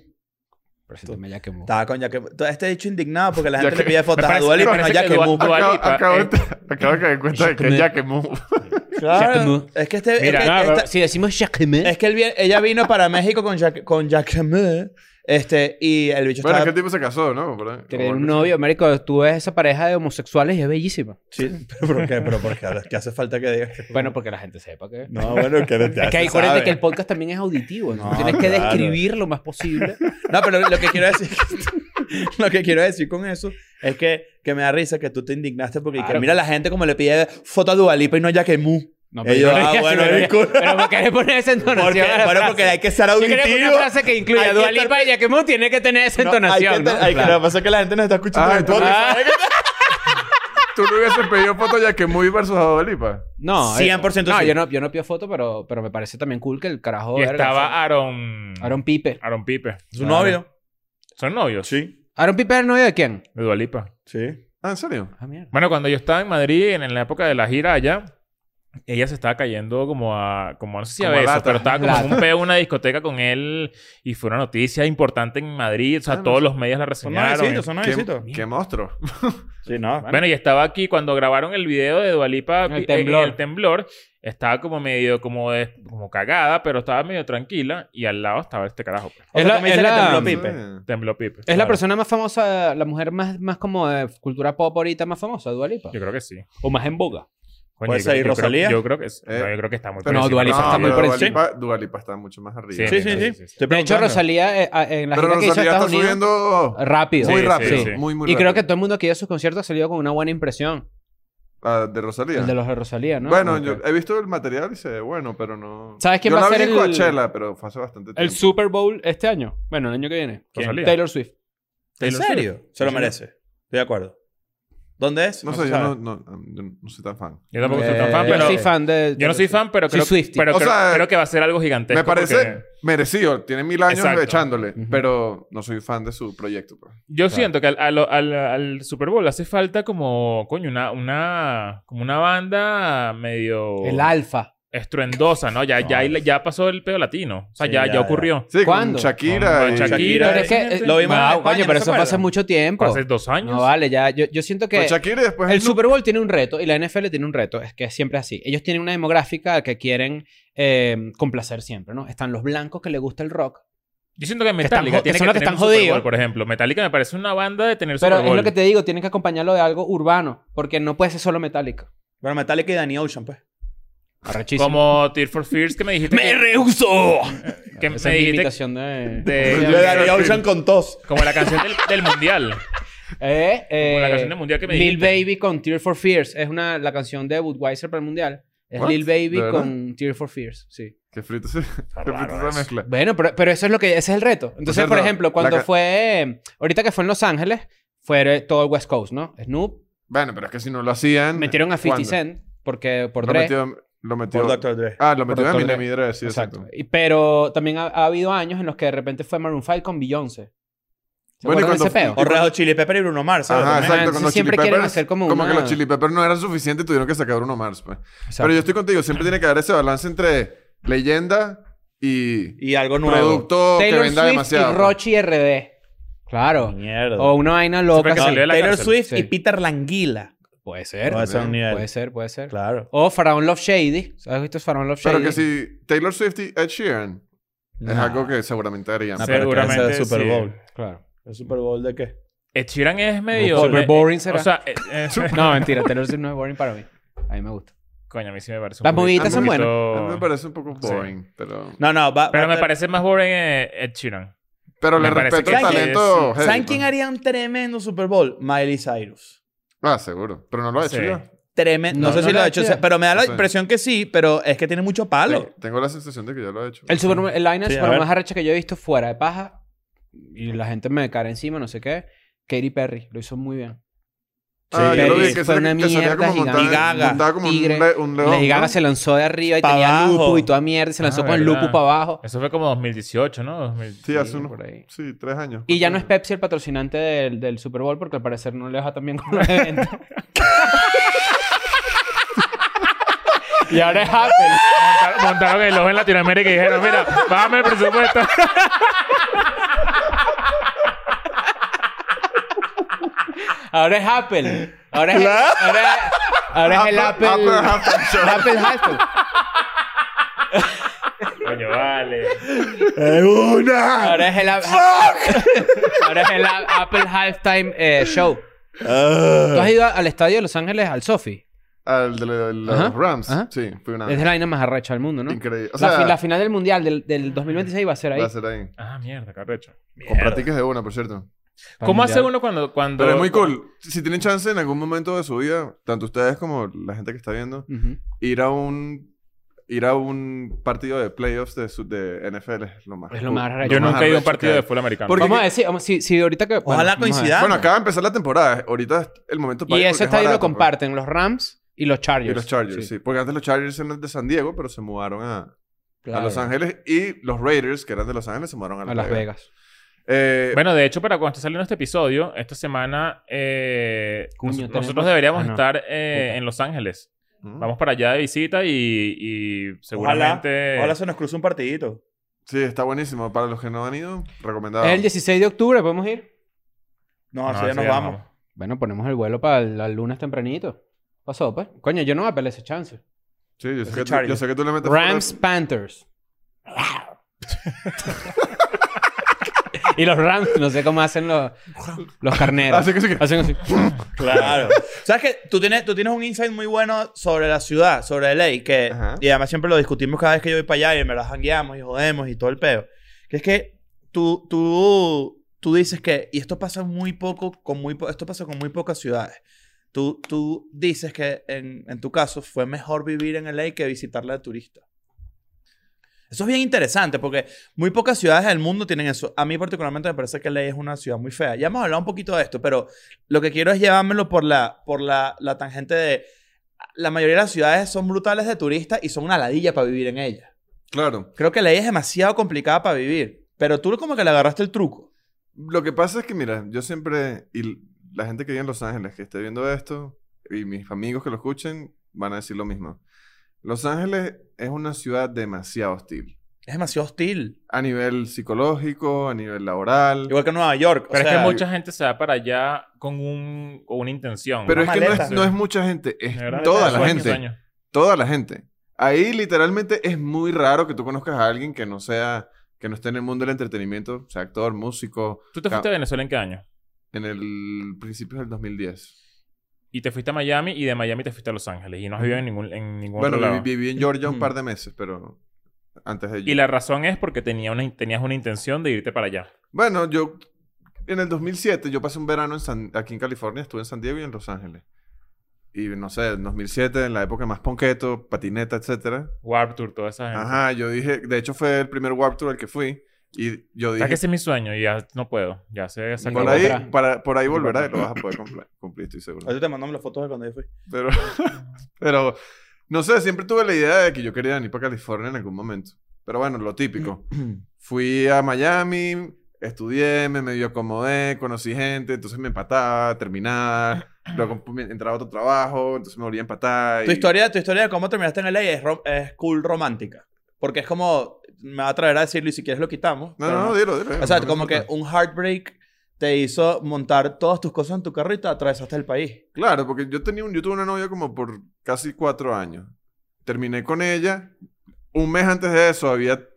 B: Preséntame ya que mu-
A: Estaba con Yakemu. Todo Este dicho indignado porque la gente
D: Yakemu.
A: le pide fotos
C: Me
A: a
C: parece-
A: Dualipa,
C: me
A: no a
C: parece que
A: Yakemu.
C: Dua-
D: Acabo,
C: Lipa,
D: acabo
C: eh.
D: de, acabo de caer cuenta de que
B: Jacquemus.
D: ya quemó.
A: Claro. [laughs]
B: Yakemu.
A: Es que este...
C: Mira,
A: es que
B: No,
A: esta-
B: pero si decimos Jacquemus.
A: Es que él vi- ella vino para México con, Jack, con Yakemu. Este, y el bicho
D: Bueno, es
A: estaba...
D: que el tipo se casó, ¿no? Por ahí.
B: Tener un novio, marico, tú ves esa pareja de homosexuales y es bellísima.
A: Sí, [laughs] pero ¿por qué? Pero ¿por qué? ¿Qué hace falta que diga?
B: Bueno, porque la gente sepa que...
A: No, bueno, que no te
B: [laughs] Es que
A: hace,
B: hay acuérdate
A: ¿sabes?
B: que el podcast también es auditivo. ¿no?
A: No,
B: Tienes que
A: claro.
B: describir lo más posible.
A: No, pero lo que quiero decir... [laughs] lo que quiero decir con eso es que, que me da risa que tú te indignaste porque
B: Claro.
A: que mira la gente como le pide foto a Dualipa y no a Yakemu.
B: [laughs] No,
A: Ellos,
B: no le
A: ah,
B: digas
A: bueno,
B: así, pero-
A: disculpa.
B: Pero ¿por qué le pones [laughs] esa
A: [laughs]
B: entonación
A: Porque,
B: a la
A: bueno,
B: frase?
A: porque hay que ser
B: Yo
A: auditivo.
B: creo que una
A: [laughs]
B: frase que incluya
A: Hay
B: a
A: que
B: Dua Lipa y Yakemu tiene que tener esa entonación,
A: No,
B: ¿no?
A: hay que- hay que-
B: Claro.
A: Lo que pasa es que la gente nos está escuchando.
D: Ah,
A: en
D: entonces-
A: podcast.
D: Tú no hubieses pedido foto ya quemó y versus Dua Lipa.
B: No,
A: 100%
B: eh, no,
A: sí.
B: yo no, yo no pido foto, pero, pero me parece también cool que el carajo
C: Y
B: verga,
C: estaba
B: o
C: Aaron...
B: sea, Aaron Pipe.
C: Aaron Pipe.
A: ¿Su novio?
C: ¿Son novios?
A: Sí.
B: ¿Aaron Pipe es el novio de quién?
C: De Dualipa.
A: Sí.
D: Ah, ¿en serio?
B: Ah, mierda.
C: Bueno, cuando yo estaba en Madrid, en, en la época de la gira allá, ella se estaba cayendo como a, como no sé si a
D: Como a
C: besos,
D: lata.
C: pero estaba como en
B: Lata.
C: un peo en una discoteca con él y fue una noticia importante en Madrid, o sea,
D: Ah, no.
C: todos los medios la
B: Pues
A: Son
C: reseñaron.
A: nuevecitos, son
D: ¿Qué,
A: nuevecitos.
D: qué monstruo.
A: Sí, no.
C: Bueno, y estaba aquí cuando grabaron el video de Dualipa
B: El temblor.
C: el temblor, estaba como medio como de- como cagada, pero estaba medio tranquila y al lado estaba este carajo. pues.
A: O sea,
B: Es la-
A: tú me dices
B: es
A: que
B: la-
A: tembló
D: [laughs]
A: Pipe.
D: Sí.
C: Tembló Pipe.
B: Es la persona más famosa, la mujer más, más como de cultura pop ahorita más famosa, Dua Lipa.
C: Yo creo que sí.
B: O más en boga.
C: Coño,
A: Puede
C: yo
A: ser,
C: creo-
A: ¿y
C: yo creo-
A: Rosalía?
C: Yo creo que sí.
D: Eh, Ah,
C: No, yo creo que está muy
B: pero no, Dua Lipa
C: Dualipa
B: está muy por
D: Dua
B: encima.
D: Lipa- Dua Lipa está mucho más
A: Sí,
D: arriba.
A: sí, sí. Estoy
B: De hecho,
A: preguntando.
B: Rosalía eh, a- en la
D: Pero
B: gira que
D: Rosalía
B: hizo
D: está
B: Estados Unidos...
D: subiendo
B: Rápido.
D: muy
C: Sí,
D: rápido.
C: sí, sí.
D: Muy, muy
B: y creo que
D: rápido.
B: todo el mundo que ido a sus conciertos ha salido con una buena impresión.
D: Ah, ¿De Rosalía?
B: El de los de Rosalía, ¿no?
D: Bueno,
B: Ok.
D: yo he visto el material y se ve bueno, pero no...
B: ¿Sabes quién
D: Yo
B: va a
D: la
B: ser
D: vi
B: el-
D: en Coachella, pero fue hace bastante tiempo.
B: El Super Bowl este año. Bueno, el año que viene.
C: ¿Quién? Rosalía.
B: Taylor Swift.
A: ¿En
C: Taylor Swift.
A: serio? Se lo
C: Sí,
A: merece. Estoy de acuerdo. ¿Dónde es?
D: No
A: se
D: sé, yo
A: sabe.
D: no, no, yo no soy tan fan.
C: Yo tampoco soy
B: Eh,
C: tan fan,
B: Yo no
C: pero...
B: soy fan de...
C: Yo no soy fan, pero
B: Soy
C: creo,
B: Swiftie.
C: pero
D: O
C: creo,
D: sea,
C: creo que va a ser algo gigantesco.
D: Me parece
C: porque
D: merecido. Tiene mil años
C: Exacto.
D: echándole,
B: Ujú.
D: pero no soy fan de su proyecto. pues.
C: Yo siento que al, a lo- al- al Super Bowl hace falta como, coño, una, una, como una banda medio
B: El alfa.
C: estruendosa, ¿no? Ya, ya, ya pasó el pedo latino. O sea,
A: Sí,
C: ya,
A: ya,
C: ya,
A: ya.
C: ocurrió.
D: Sí,
B: ¿Cuándo?
D: con Shakira.
C: Con
D: y-
C: Shakira.
B: Pero es que...
C: imagínate.
A: Lo vimos
B: Ah,
A: en España,
B: coño, pero
A: ¿no se
B: eso fue hace
A: acuerdan?
B: mucho tiempo.
C: Hace dos años.
B: No vale, ya. Yo, yo siento que...
D: Con Shakira y después...
B: El Super Bowl tiene un reto y la NFL tiene un reto, es que es siempre así. Ellos tienen una demográfica que quieren eh, complacer siempre, ¿no? Están los blancos que les gusta el rock.
C: Yo siento que
B: están
C: Metallica
B: jo-
C: tiene
B: que son
C: que,
B: los que
C: tener
B: están
C: un Super
B: jodidos.
C: Bowl, por ejemplo. Metallica me parece una banda de tener
B: Pero
C: Super
B: es
C: Bowl.
B: lo que te digo, tienen que acompañarlo de algo urbano, porque no puede ser solo metálico.
A: Bueno, Metallica y Danny Ocean, pues.
B: Arrechísimo.
C: Como Tear for Fears que me dijiste...
B: ¡Me
C: que,
B: rehuso!
C: que
B: Esa
C: me
B: es mi
C: dijiste...
B: imitación de... [laughs]
C: de-
D: Yo
A: Yo
D: Sí,
A: de
D: sí,
A: Danny
D: sí.
A: Ocean con tos.
C: Como la canción del, del
B: [laughs]
C: mundial.
B: Eh, eh,
C: Como la canción del mundial que me
B: Lil
C: dijiste.
B: Baby con Tear for Fears. Es una, la canción de Budweiser para el mundial. Es
D: What?
B: Lil
D: ¿De
B: Baby
D: verdad?
B: con Tear for Fears, sí.
D: Qué frito se, [laughs] qué frito se mezcla.
B: Bueno, pero, pero eso es lo que ese es el reto. Entonces,
D: sea,
B: por
D: la-
B: ejemplo,
D: la
B: cuando
D: ca-
B: fue eh, ahorita que fue en Los Ángeles, fue eh, todo el West Coast, ¿no? Snoop
D: Bueno, pero es que si no lo hacían...
B: metieron a 50
D: ¿cuándo?
B: Cent porque por
D: Lo
B: Dre.
D: metió... Lo metió...
A: Por Dr. Dre.
D: Ah, lo metió a
B: Dr. Dre.
D: Eminem y Dre, sí,
B: exacto.
D: exacto.
B: Y- pero también ha, ha habido años en los que de repente fue Maroon 5 con Beyoncé. ¿Se
D: Bueno, y
B: acuerdan de ese
D: cuando-
B: peo?
A: O Red Hot Chili Pepper y Bruno Mars. ¿sabes?
D: Ajá,
A: También.
D: exacto.
B: entonces
D: Con los
B: siempre
D: Chili
B: quieren
D: Peppers,
B: hacer como una-
D: que los Chili Peppers no eran suficientes y tuvieron que sacar uno Mars, pues.
B: Exacto.
D: Pero yo estoy contigo. Siempre tiene que haber ese balance entre leyenda y
A: Y algo nuevo.
D: producto que
B: Taylor
D: venda
B: Swift
D: demasiado.
B: y
D: pues.
B: Rochi RD. Claro.
A: Mierda.
B: O una vaina loca.
C: que
B: sí.
C: salió de la
A: Taylor
C: cárcel.
A: Swift
B: Sí.
A: y Peter Languila.
B: Puede ser.
A: No, ese es un nivel.
B: Puede ser, puede ser.
A: Claro.
B: O Faraón Love Shady. ¿Has visto Faraón Love Shady?
D: Pero que si Taylor Swift y Ed Sheeran es
A: Nah.
D: algo que seguramente harían.
A: Nah,
D: pero,
A: pero
C: Seguramente,
A: es el Super
C: sí.
A: Bowl.
B: Claro.
A: ¿El Ah, Super Bowl de qué?
C: Ed Sheeran es medio...
B: Super
C: eh,
B: boring será.
C: O sea... eh,
D: [laughs]
C: eh, [laughs]
B: No, mentira, Taylor Swift no es boring para mí. A mí me gusta.
C: Coño, a mí sí me parece
B: Las
C: poquito-
B: moviditas
D: son
C: un [laughs] poquito-
D: a mí me parece un poco boring, pero...
A: No, no. Va,
C: Pero
A: va a
C: me
A: ter-
C: parece más boring eh, Ed Sheeran.
D: Pero le
C: Me parece
D: respeto
C: que
D: el
A: sí,
D: talento. heavy,
A: ¿Saben
D: pues.
A: quién haría un tremendo Super Bowl? Miley Cyrus.
D: Ah, seguro. Pero no lo ha hecho
C: Sí.
D: yo.
A: Tremendo. No,
B: No,
A: sé si
B: no la
A: lo ha
B: ha
A: hecho,
B: hecho.
A: o sea, pero me da la
D: No sé.
A: impresión que sí, pero es que tiene mucho palo.
D: Ten- Tengo la sensación de que ya lo ha hecho.
B: El super, el line
A: Sí, a
B: super
A: ver.
B: más arrecha que yo he visto fuera de paja. Y la gente me cara encima, no sé qué. Katy Perry lo hizo muy bien.
D: Ah,
A: Sí,
D: yo lo vi,
A: Perry
D: que
B: fue
D: salía-
B: una
D: que salía
B: mierda
D: como montada,
A: gigante. Y Gaga,
D: montada como un,
B: tigre.
D: le- un león.
B: Lady Gaga
D: ¿no?
B: se lanzó de arriba y
A: Pa'
B: tenía
A: abajo.
B: lupu y toda mierda. y Se lanzó
C: Ah,
B: con el
C: verdad.
B: lupu para abajo.
C: Eso fue como 2018, ¿no? 2000. [laughs]
D: Sí, hace unos...
B: por ahí.
D: Sí, tres años.
B: Y ya no es Pepsi el patrocinante del, del Super Bowl porque al parecer no le va tan bien con los eventos. y ahora es Apple.
C: Ah, Montaron, montaron el ojo en Latinoamérica y dijeron, mira, bájame el
D: [laughs]
C: presupuesto.
B: Ahora es Apple. Ahora es, ahora es- ahora es el Apple.
D: Apple, Apple,
B: Apple Apple.
C: Coño, vale.
A: ¡Es una!
B: Ahora es el Apple. ahora es el a- Apple Halftime eh, Show. ¿Tú has ido al estadio de Los Ángeles, al Sofi?
D: Al de de los
B: Ajá,
D: Rams.
B: ajá.
D: Sí, fue una...
B: Es la vaina más arrecha del mundo, ¿no?
D: Increíble. O
B: la,
D: sea,
B: fi- la final del mundial del, del 2026 va a ser ahí.
D: va a ser ahí.
C: Ah, mierda, carrecho.
D: Con prácticas de una, por cierto.
C: ¿Cómo hace
B: Mundial.
C: uno cuando, cuando...
D: Pero es muy cool. Si tienen chance en algún momento de su vida, tanto ustedes como la gente que está viendo,
B: Ujú.
D: ir a un ir a un partido de playoffs de, su- de NFL es lo más
B: Es lo
D: cool.
B: más arrecho.
C: Yo
D: Lo más
C: nunca he ido a un
D: arrecho
C: partido
D: que
C: de
D: hay.
C: fútbol americano.
D: Porque-
B: Vamos a decir, vamos- si, si ahorita que.
A: Ojalá
B: vamos a ver.
A: coincidamos.
D: Bueno, acaba de empezar la temporada. Ahorita es el momento para
B: Y
D: ir
B: ese
D: porque es
B: estadio lo
D: barato, pues.
B: comparten los Rams y los Chargers.
D: Y los Chargers, sí. Porque antes los Chargers eran de San Diego, pero se mudaron a,
B: Claro.
D: a Los Ángeles. pues, Y los Raiders, que eran de Los Ángeles, se mudaron a Las,
B: A Las Vegas.
D: Eh,
C: Bueno, de hecho, para cuando esté saliendo este episodio, esta semana eh,
B: Coño,
C: nos-
B: tenemos-
C: nosotros deberíamos
B: Ah, no.
C: estar eh,
B: Puta.
C: en Los Ángeles.
D: Mm.
C: Vamos para allá de visita y, y
A: Ojalá,
C: seguramente...
A: ojalá se nos cruce un partidito.
D: Sí, está buenísimo. Para los que no han ido, recomendado.
B: Es el 16 de octubre, ¿podemos ir?
A: No, así
C: No,
A: ya nos
C: ya
A: vamos.
B: Bueno, ponemos el vuelo para las lunas tempranito. Pasó, pues. Coño, yo no me apelé ese chance.
D: Sí, yo sé,
A: Ese
D: que tú,
A: Charlie.
D: yo sé que tú le metes
B: Rams
D: fuera-
B: Panthers. y los Rams, no sé cómo hacen los, los carneros.
D: Así que Ah, sí que- [laughs]
B: Hacen así.
A: Claro. ¿Sabes que tú tienes, tú tienes un insight muy bueno sobre la ciudad, sobre LA, que
D: Ajá.
A: y además siempre lo discutimos cada vez que yo voy para allá y me las jangueamos y jodemos y todo el peo. Que es que tú, tú, tú dices que, y esto pasa muy poco, con muy po- esto pasa con muy pocas ciudades. Tú, tú dices que en, en tu caso fue mejor vivir en LA que visitarla de turista. Eso es bien interesante porque muy pocas ciudades del mundo tienen eso. A mí particularmente me parece que LA es una ciudad muy fea. Ya hemos hablado un poquito de esto, pero lo que quiero es llevármelo por la, por la, la tangente de... La mayoría de las ciudades son brutales de turista y son una ladilla para vivir en ellas.
D: Claro.
A: Creo que la ley es demasiado complicada para vivir. Pero tú como que le agarraste el truco.
D: Lo que pasa es que, mira, yo siempre. Y l- la gente que vive en Los Ángeles que esté viendo esto, y mis amigos que lo escuchen, van a decir lo mismo. Los Ángeles es una ciudad demasiado hostil.
A: Es demasiado hostil.
D: A nivel psicológico, a nivel laboral.
A: Igual que Nueva York. o
C: Pero es
A: sea,
C: que mucha gente se va para allá con, un, con una intención.
D: Pero es
A: una
D: que no es,
A: maleta.
D: no es mucha gente, es
C: De verdad,
D: toda
C: de
D: la
C: sueños,
D: gente.
C: sueños.
D: Toda la gente. Ahí literalmente es muy raro que tú conozcas a alguien que no sea, que no esté en el mundo del entretenimiento, sea actor, músico,
C: ¿Tú te
D: Ca-
C: fuiste a Venezuela en qué año?
D: en el principio del 2010.
C: Y te fuiste a Miami y de Miami te fuiste a Los Ángeles y no has vivido en ningún, en ningún
D: Bueno,
C: otro
D: viví,
C: lado.
D: viví en Georgia un
A: Mm.
D: par de meses, pero antes de
C: Y la razón es porque tenía una, tenías una intención de irte para allá.
D: Bueno, yo en el 2007 yo pasé un verano en San- aquí en California, estuve en San Diego y en Los Ángeles. Y no sé, en 2007, en la época más ponqueto, patineta, etcétera.
C: Warp Tour, toda esa gente.
D: Ajá, yo dije, de hecho fue el primer Warped Tour al que fui y yo
C: ¿Sabes que
D: dije
C: ese es mi sueño? Y ya no puedo. Ya se se
B: Ni
D: Por
C: acabó.
B: Ningún
D: ahí,
B: traje.
D: para, por ahí volverá y lo vas a poder
A: [laughs]
D: compla- cumplir, estoy seguro.
A: Ahorita te mandamos las fotos de cuando yo fui.
D: Pero, [laughs] pero, no sé, siempre tuve la idea de que yo quería venir para California en algún momento. Pero bueno, lo típico.
A: Mm.
D: Fui a Miami, estudié, me medio acomodé, conocí gente, entonces me empataba, terminaba,
A: [laughs]
D: luego me entraba a otro trabajo, entonces me volvía a
A: [clears throat]
D: empatar.
A: Tu
D: y-
A: historia, tu historia de cómo terminaste en LA es, ro- es cool romántica. Porque es como... Me va a traer a decirlo y si quieres lo quitamos.
D: No,
A: pero
D: no, no, dilo, dilo.
A: O sea,
D: no me
A: como que
D: importa.
A: un heartbreak te hizo montar todas tus cosas en tu carro y te atravesaste el país.
D: Claro, porque yo tenía un, yo tuve una novia como por casi cuatro años. Terminé con ella. Un mes antes de eso había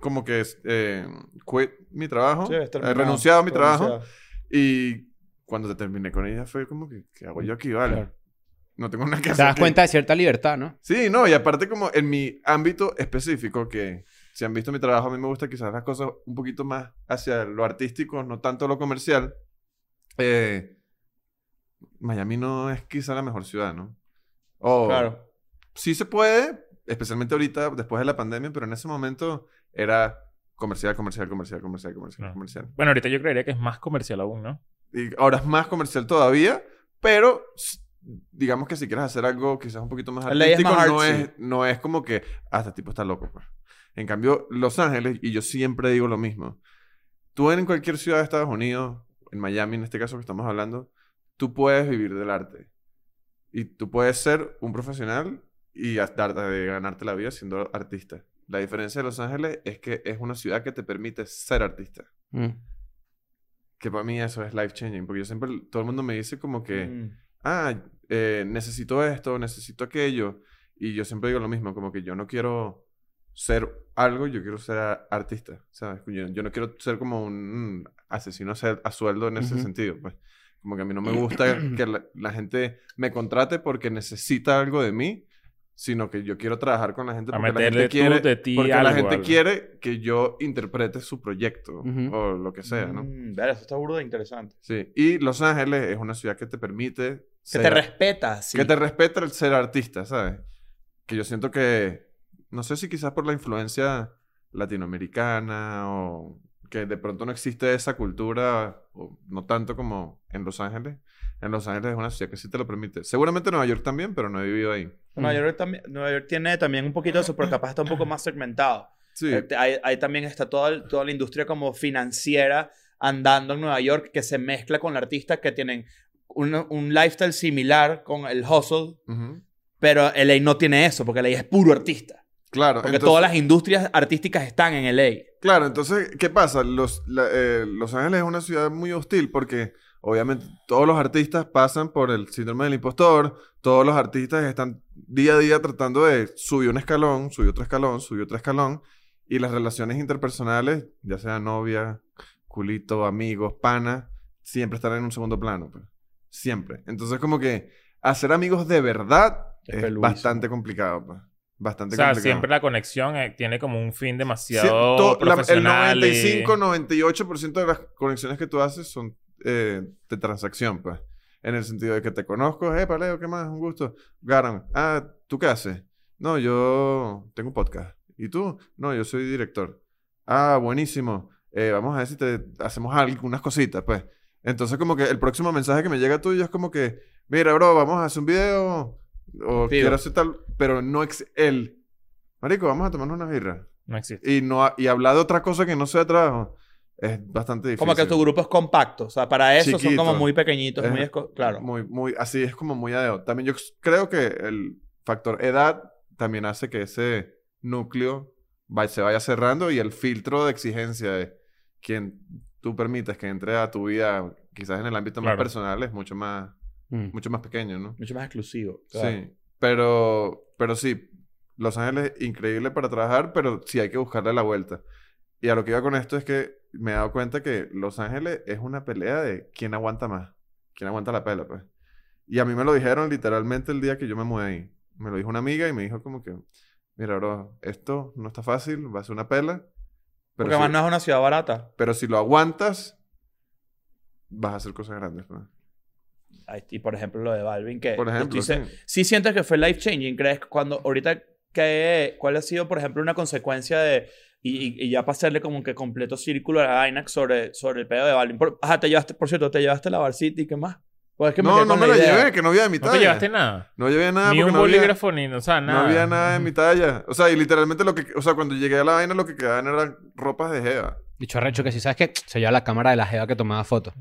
D: como que eh, quit mi trabajo.
A: Sí, es
D: he
A: terminado,
D: renunciado a mi trabajo.
A: renunciado.
D: Y cuando terminé con ella fue como que, ¿qué hago yo aquí? Vale.
B: Claro.
D: No tengo nada que
B: Te
D: hacer.
B: das
D: aquí.
B: cuenta de cierta libertad, ¿no?
D: Sí, no, y aparte como en mi ámbito específico, que si han visto mi trabajo, a mí me gusta quizás las cosas un poquito más hacia lo artístico, no tanto lo comercial. Eh, Miami no es quizá la mejor ciudad, ¿no? O,
A: Claro.
D: Sí se puede, especialmente ahorita, después de la pandemia, pero en ese momento era comercial, comercial, comercial, comercial, comercial,
C: Ah.
D: comercial.
C: Bueno, ahorita yo creería que es más comercial aún, ¿no?
D: Y ahora es más comercial todavía, pero s- digamos que si quieres hacer algo quizás un poquito más
A: La ley es
D: artístico,
A: más
D: no,
A: artsy.
D: es, no es como que, ah, este tipo está loco, pues. En cambio, Los Ángeles, y yo siempre digo lo mismo, tú en cualquier ciudad de Estados Unidos, en Miami en este caso que estamos hablando, tú puedes vivir del arte. Y tú puedes ser un profesional y hasta de ganarte la vida siendo artista. La diferencia de Los Ángeles es que es una ciudad que te permite ser artista.
B: Mm.
D: Que para mí eso es life changing, porque yo siempre, todo el mundo me dice como que,
A: Mm.
D: ah, eh, necesito esto, necesito aquello, y yo siempre digo lo mismo, como que yo no quiero ser algo, yo quiero ser a- artista, ¿sabes? Yo, yo no quiero ser como un mm, asesino a, sel- a sueldo en ese
B: Ujú.
D: sentido, pues. Como que a
C: [clears throat]
D: mí no me gusta que la, la gente me contrate porque necesita algo de mí, sino que yo quiero trabajar con la gente
C: A
D: porque la
C: meterle
D: gente quiere,
C: tú de ti
D: porque la
C: algo,
D: gente
C: algo.
D: quiere que yo interprete su proyecto
B: Ujú.
D: o lo que sea, ¿no?
A: Mm, verga, eso está burdo e interesante.
D: Sí, y Los Ángeles es una ciudad que te permite
A: Que
D: ser-
A: te respeta, sí.
D: que te respeta el ser artista, ¿sabes? Que yo siento que, no sé si quizás por la influencia latinoamericana o que de pronto no existe esa cultura, o no tanto como en Los Ángeles. En Los Ángeles es una ciudad que sí te lo permite. Seguramente Nueva York también, pero no he vivido ahí.
A: Nueva York, también, Nueva York tiene también un poquito de eso, pero capaz está un poco más segmentado.
D: Sí,
A: Eh, te- Ahí, ahí también está toda, el- toda la industria como financiera andando en Nueva York que se mezcla con artistas que tienen un, un lifestyle similar con el hustle,
D: ujú.
A: Pero LA no tiene eso, porque LA es puro artista.
D: Claro,
A: Porque
D: entonces-
A: todas las industrias artísticas están en LA.
D: Claro, entonces, ¿qué pasa? Los, la- eh, los Ángeles es una ciudad muy hostil porque obviamente todos los artistas pasan por el síndrome del impostor, todos los artistas están día a día tratando de subir un escalón, subir otro escalón, subir otro escalón, y las relaciones interpersonales, ya sea novia, culito, amigos, pana, siempre están en un segundo plano. pues. Siempre. Entonces, como que hacer amigos de verdad
A: Es
D: es,
A: peluísimo.
D: bastante complicado. pues.
C: O
D: Bastante
C: sea,
D: complicado.
C: siempre la conexión eh, tiene como un fin demasiado
D: Ciento- la- el
C: profesional. y-
D: 95-98% de las conexiones que tú haces son eh, de transacción, pues. En el sentido de que te conozco, eh, Paleo, ¿qué más? Un gusto. Garan, ah, ¿tú qué haces? No, yo tengo un podcast. ¿Y tú? No, yo soy director. Ah, buenísimo. Eh, vamos a ver si te hacemos algunas cositas, pues. Entonces, como que el próximo mensaje que me llega tuyo es como que, mira, bro, vamos a hacer un video o quiero hacer tal, pero no es él. Marico, vamos a tomarnos una birra
C: No existe.
D: y no ha- y hablar de otra cosa que no sea trabajo es bastante difícil.
A: Como que tu grupo es compacto. O sea, para eso son
D: Chiquito.
A: como muy pequeñitos, muy...
D: Es
A: esco- Claro.
D: Muy, muy, así es como muy adeo. También yo creo que el factor edad también hace que ese núcleo va- se vaya cerrando y el filtro de exigencia de quien tú permites que entre a tu vida, quizás en el ámbito más
C: Claro.
D: personal, es mucho más,
B: Mm.
D: mucho más pequeño, ¿no?
A: Mucho más exclusivo.
D: Sí, pero, pero sí, Los Ángeles increíble para trabajar, pero sí hay que buscarle la vuelta. Y a lo que iba con esto es que me he dado cuenta que Los Ángeles es una pelea de quién aguanta más, quién aguanta la pela, pues. Y a mí me lo dijeron literalmente el día que yo me mudé ahí. Me lo dijo una amiga y me dijo como que, mira, bro, esto no está fácil, va a ser una pela, pero,
A: Porque
D: si,
A: además no es una ciudad barata.
D: pero si lo aguantas, vas a hacer cosas grandes, pues.
A: Eh, Ahí- Y por ejemplo lo de Balvin, que
D: Por ejemplo,
A: dice,
D: sí.
A: sí sientes que fue life changing, ¿crees? que Cuando ahorita, que, ¿cuál ha sido, por ejemplo, una consecuencia de... Y, y- y ya para hacerle como que completo círculo a la vaina sobre, sobre el pedo de Balvin. Por, ajá, te llevaste, por cierto, te llevaste la Bar City, ¿qué más? Pues es que me
D: No,
A: quedé
D: no
A: con
D: me la
A: idea.
D: llevé, que no había de mi
C: No te
D: talla.
C: llevaste nada.
D: No llevé nada
C: ni
D: porque
C: un
D: no había-
C: bolígrafo, ni o sea, nada.
D: No había nada en mi talla. O sea, y literalmente lo que... O sea, cuando llegué a la vaina lo que quedaban eran ropas de jeva.
B: Dicho arrecho que si sabes que se lleva la cámara de la jeva que
A: [laughs]
B: tomaba fotos.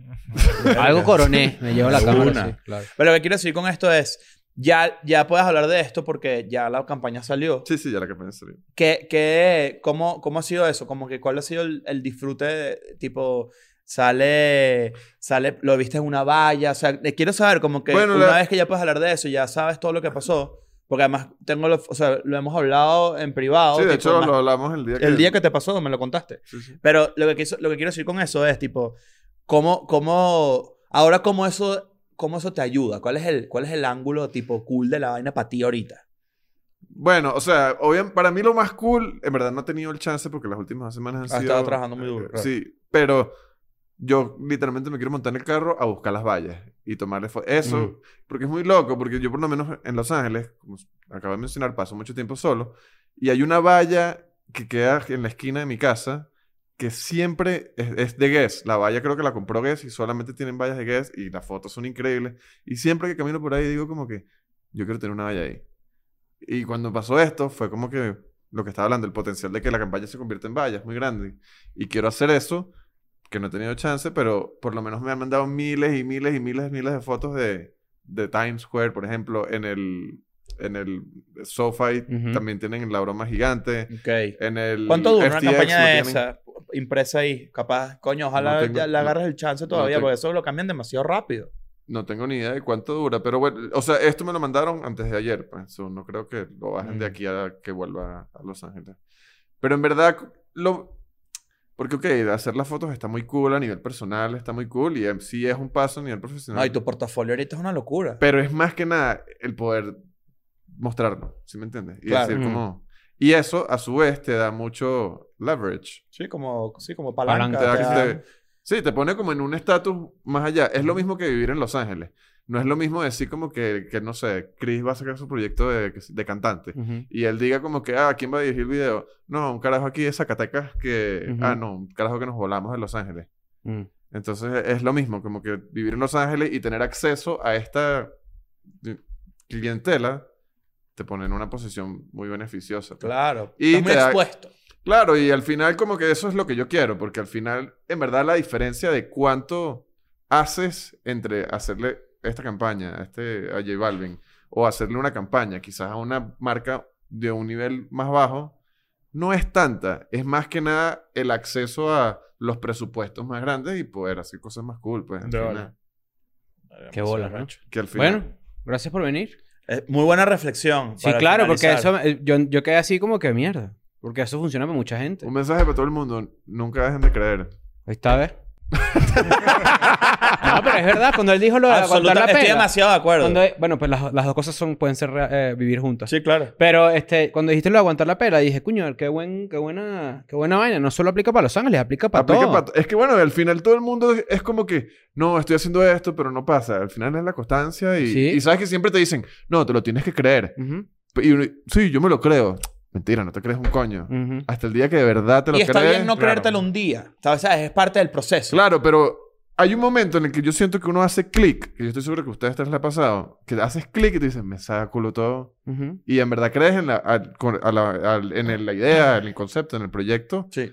B: Algo coroné, me llevo la cámara.
A: Una.
B: sí, claro.
A: Pero lo que quiero decir con esto es, ya, ya puedes hablar de esto porque ya la campaña salió.
D: Sí, sí, ya la que pensé.
A: ¿Qué, qué, cómo, ¿Cómo ha sido eso? Como que, ¿Cuál ha sido el, el disfrute? de- tipo, sale, sale, lo viste en una valla. O sea, eh, quiero saber, como que
D: Bueno,
A: una
D: la-
A: vez que ya puedes hablar de eso, ya sabes todo lo que pasó. Porque además, tengo lo, o sea, lo hemos hablado en privado.
D: Sí, de
A: tipo,
D: hecho
A: más-
D: lo hablamos el día que...
A: el día que te pasó, me lo contaste.
D: Sí, sí.
A: Pero lo que, quiso- lo que quiero decir con eso es, tipo, ¿cómo, cómo, ahora cómo eso, cómo eso te ayuda? ¿Cuál es, el, ¿Cuál es el ángulo, tipo, cool de la vaina para ti ahorita?
D: Bueno, o sea, obviamente para mí lo más cool... En verdad no he tenido el chance porque las últimas dos semanas han
A: Has
D: sido...
A: estado Ah, trabajando muy duro,
D: Eh,
A: claro.
D: Sí, pero... Yo literalmente me quiero montar en el carro a buscar las vallas y tomarle fotos. Eso,
B: Mm.
D: porque es muy loco, porque yo por lo menos en Los Ángeles, como acabo de mencionar, paso mucho tiempo solo y hay una valla que queda en la esquina de mi casa que siempre es, es de Guess. La valla creo que la compró Guess y solamente tienen vallas de Guess y las fotos son increíbles. Y siempre que camino por ahí digo como que yo quiero tener una valla ahí. Y cuando pasó esto fue como que lo que estaba hablando, el potencial de que la campaña se convierta en vallas muy grande. Y quiero hacer eso, que no he tenido chance, pero por lo menos me han mandado miles y miles y miles y miles de fotos de, de Times Square, por ejemplo, en el, en el SoFi
B: Ujú.
D: también tienen la broma gigante.
A: Ok.
D: En el
A: ¿Cuánto dura
D: FTX
A: una campaña
D: lo
A: de
D: tienen.
A: esa impresa ahí? Capaz, coño, ojalá
D: No tengo-
A: ya le
D: no-
A: agarres el chance
D: no
A: todavía,
D: tengo-
A: porque eso lo cambian demasiado rápido.
D: No tengo ni idea de cuánto dura, pero bueno, o sea, esto me lo mandaron antes de ayer, pues, so, no creo que lo bajen de
B: Mm.
D: aquí a que vuelva a Los Ángeles. Pero en verdad, lo... Porque, ok, hacer las fotos está muy cool a nivel personal, está muy cool y em, sí es un paso a nivel profesional.
A: No, y tu portafolio ahorita es una locura.
D: Pero es más que nada el poder mostrarlo, ¿sí me entiendes? Y
A: Claro.
D: decir
B: Ujú.
D: como... Y eso, a su vez, te da mucho leverage.
A: Sí, como, sí, como
B: Palanca.
A: palanca.
D: Te da
A: te
D: que
A: da-
D: te- sí, te pone como en un estatus más allá. Es lo mismo que vivir en Los Ángeles. No es lo mismo decir como que, que no sé, Chris va a sacar su proyecto de, de cantante.
B: Ujú.
D: Y él diga como que, ah, ¿quién va a dirigir el video? No, un carajo aquí de Zacatecas que...
B: Ujú.
D: Ah, no, un carajo que nos volamos de Los Ángeles.
B: Mm.
D: Entonces e, es lo mismo, como que vivir en Los Ángeles y tener acceso a esta eh, clientela te pone en una posición muy beneficiosa. pues.
A: Claro.
D: Y
A: Estás muy
D: te da-
A: expuesto.
D: Claro, y al final como que eso es lo que yo quiero, porque al final, en verdad, la diferencia de cuánto haces entre hacerle esta campaña a, este, a J Balvin o hacerle una campaña, quizás a una marca de un nivel más bajo, no es tanta. Es más que nada el acceso a los presupuestos más grandes y poder hacer cosas más cool, pues. al
C: De bola.
D: final.
A: Qué bolas, ¿no?
D: Que al final.
B: Bueno, gracias por venir.
A: Eh, muy buena reflexión.
B: Sí,
A: para
B: claro, porque
A: finalizar. Ah,
B: eso... eh, Yo, yo quedé así como que mierda. Porque eso funciona para mucha gente.
D: Un mensaje para todo el mundo. Nunca dejen de creer.
B: Ahí está, a ver. [laughs] no, pero es verdad. Cuando él dijo lo de
A: Absoluta-
B: Ah, aguantar la
A: Estoy
B: pena...
A: demasiado de acuerdo.
B: cuando- bueno, pues las, las dos cosas son, pueden ser eh, vivir juntas.
A: Sí, claro.
B: Pero este, cuando dijiste lo de aguantar la pela, dije, cuño, qué, buen, qué, buena, qué buena vaina. No solo aplica para Los Ángeles, aplica para
D: Aplica
B: todo.
D: pa' to- es que bueno, al final todo el mundo es- es como que, no, estoy haciendo esto, pero no pasa. Al final es la constancia y,
B: Sí.
D: y sabes que siempre te dicen, no, te lo tienes que creer.
B: Ujú,
D: Y uno- sí, yo me lo creo. Mentira, no te crees un coño.
B: ujú.
D: Hasta el día que de verdad te lo
A: Y está
D: crees.
A: bien no
C: claro.
A: creértelo un día. ¿sabes? O sea, es parte del proceso.
D: Claro, pero hay un momento en el que yo siento que uno hace clic, que yo estoy seguro que a ustedes tres les ha pasado, que haces clic y te dicen, me saca culo todo.
B: Ujú.
D: Y en verdad crees en la, al- con- a la- al- en el- la idea, en el concepto, en el proyecto,
A: Sí.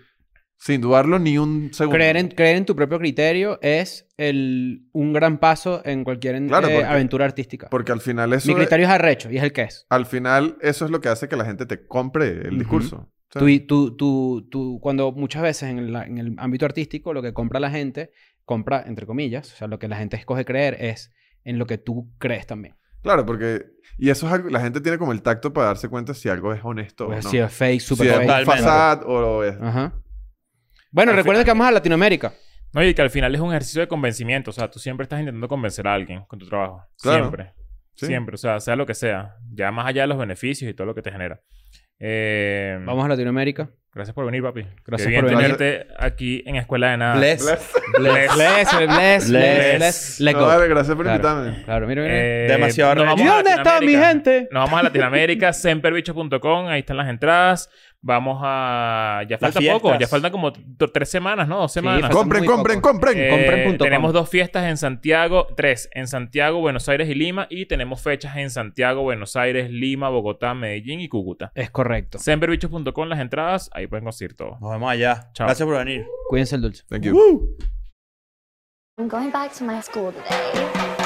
D: sin dudarlo ni un segundo.
B: Creer, en, creer en tu propio criterio es el, un gran paso en cualquier en-
D: Claro,
B: eh,
D: porque-
B: aventura artística.
D: Porque al final eso...
B: Mi
D: es-
B: criterio es arrecho y es el que es.
D: al final eso es lo que hace que la gente te compre el
B: Ujú.
D: discurso. O sea,
B: Tú, tú, tú, tú- cuando muchas veces en, la- en el ámbito artístico lo que compra la gente, compra entre comillas, o sea, lo que la gente escoge creer es en lo que tú crees también.
D: Claro, porque... Y eso es algo... La gente tiene como el tacto para darse cuenta si algo es honesto
B: Pues
D: o Oh, no.
B: Si es fake, super
D: si es
B: fake.
D: un
A: Totalmente.
D: fasad o es...
B: Ajá. Bueno,
C: Al
B: recuerden que vamos a Latinoamérica.
C: No, y que al final es un ejercicio de convencimiento. O sea, tú siempre estás intentando convencer a alguien con tu trabajo.
D: Claro.
C: Siempre.
D: Sí.
C: Siempre. O sea, sea lo que sea. Ya más allá de los beneficios y todo lo que te genera. Eh,
D: Mm.
B: Vamos a Latinoamérica.
C: Gracias por venir, papi.
B: Gracias
C: Qué bien
B: por venir.
C: tenerte aquí en Escuela de
D: Ah,
C: Nada.
A: Bless.
B: Bless, bless, bless,
A: Bless.
B: bless. Let
D: No,
B: go.
D: vale, gracias por
B: Claro.
D: invitarme.
B: Claro, mira, mira.
C: Eh,
A: Demasiado
C: nos
A: arrecho.
C: vamos a
B: ¿Y dónde está mi
C: Latinoamérica.
B: gente?
C: Nos vamos a
B: [laughs]
C: Latinoamérica, semperbichos.com, ahí están las entradas. Vamos a... Ya falta poco,
A: fiestas.
C: ya faltan como t- tres semanas, ¿no? Dos semanas.
B: falta
D: Compren,
B: muy
D: compren,
B: poco.
D: compren.
C: Eh,
B: compren.com.
C: tenemos dos fiestas en Santiago, tres en Santiago, Buenos Aires y Lima, y tenemos fechas en Santiago, Buenos Aires, Lima, Bogotá, Medellín y Cúcuta.
B: Es correcto.
C: Semperbichos.com, las entradas, ahí pueden conseguir todo.
A: Nos vemos allá.
C: Chao.
A: Gracias por venir.
B: Cuídense el dulce.
D: Thank you.
E: I'm going back to my school today.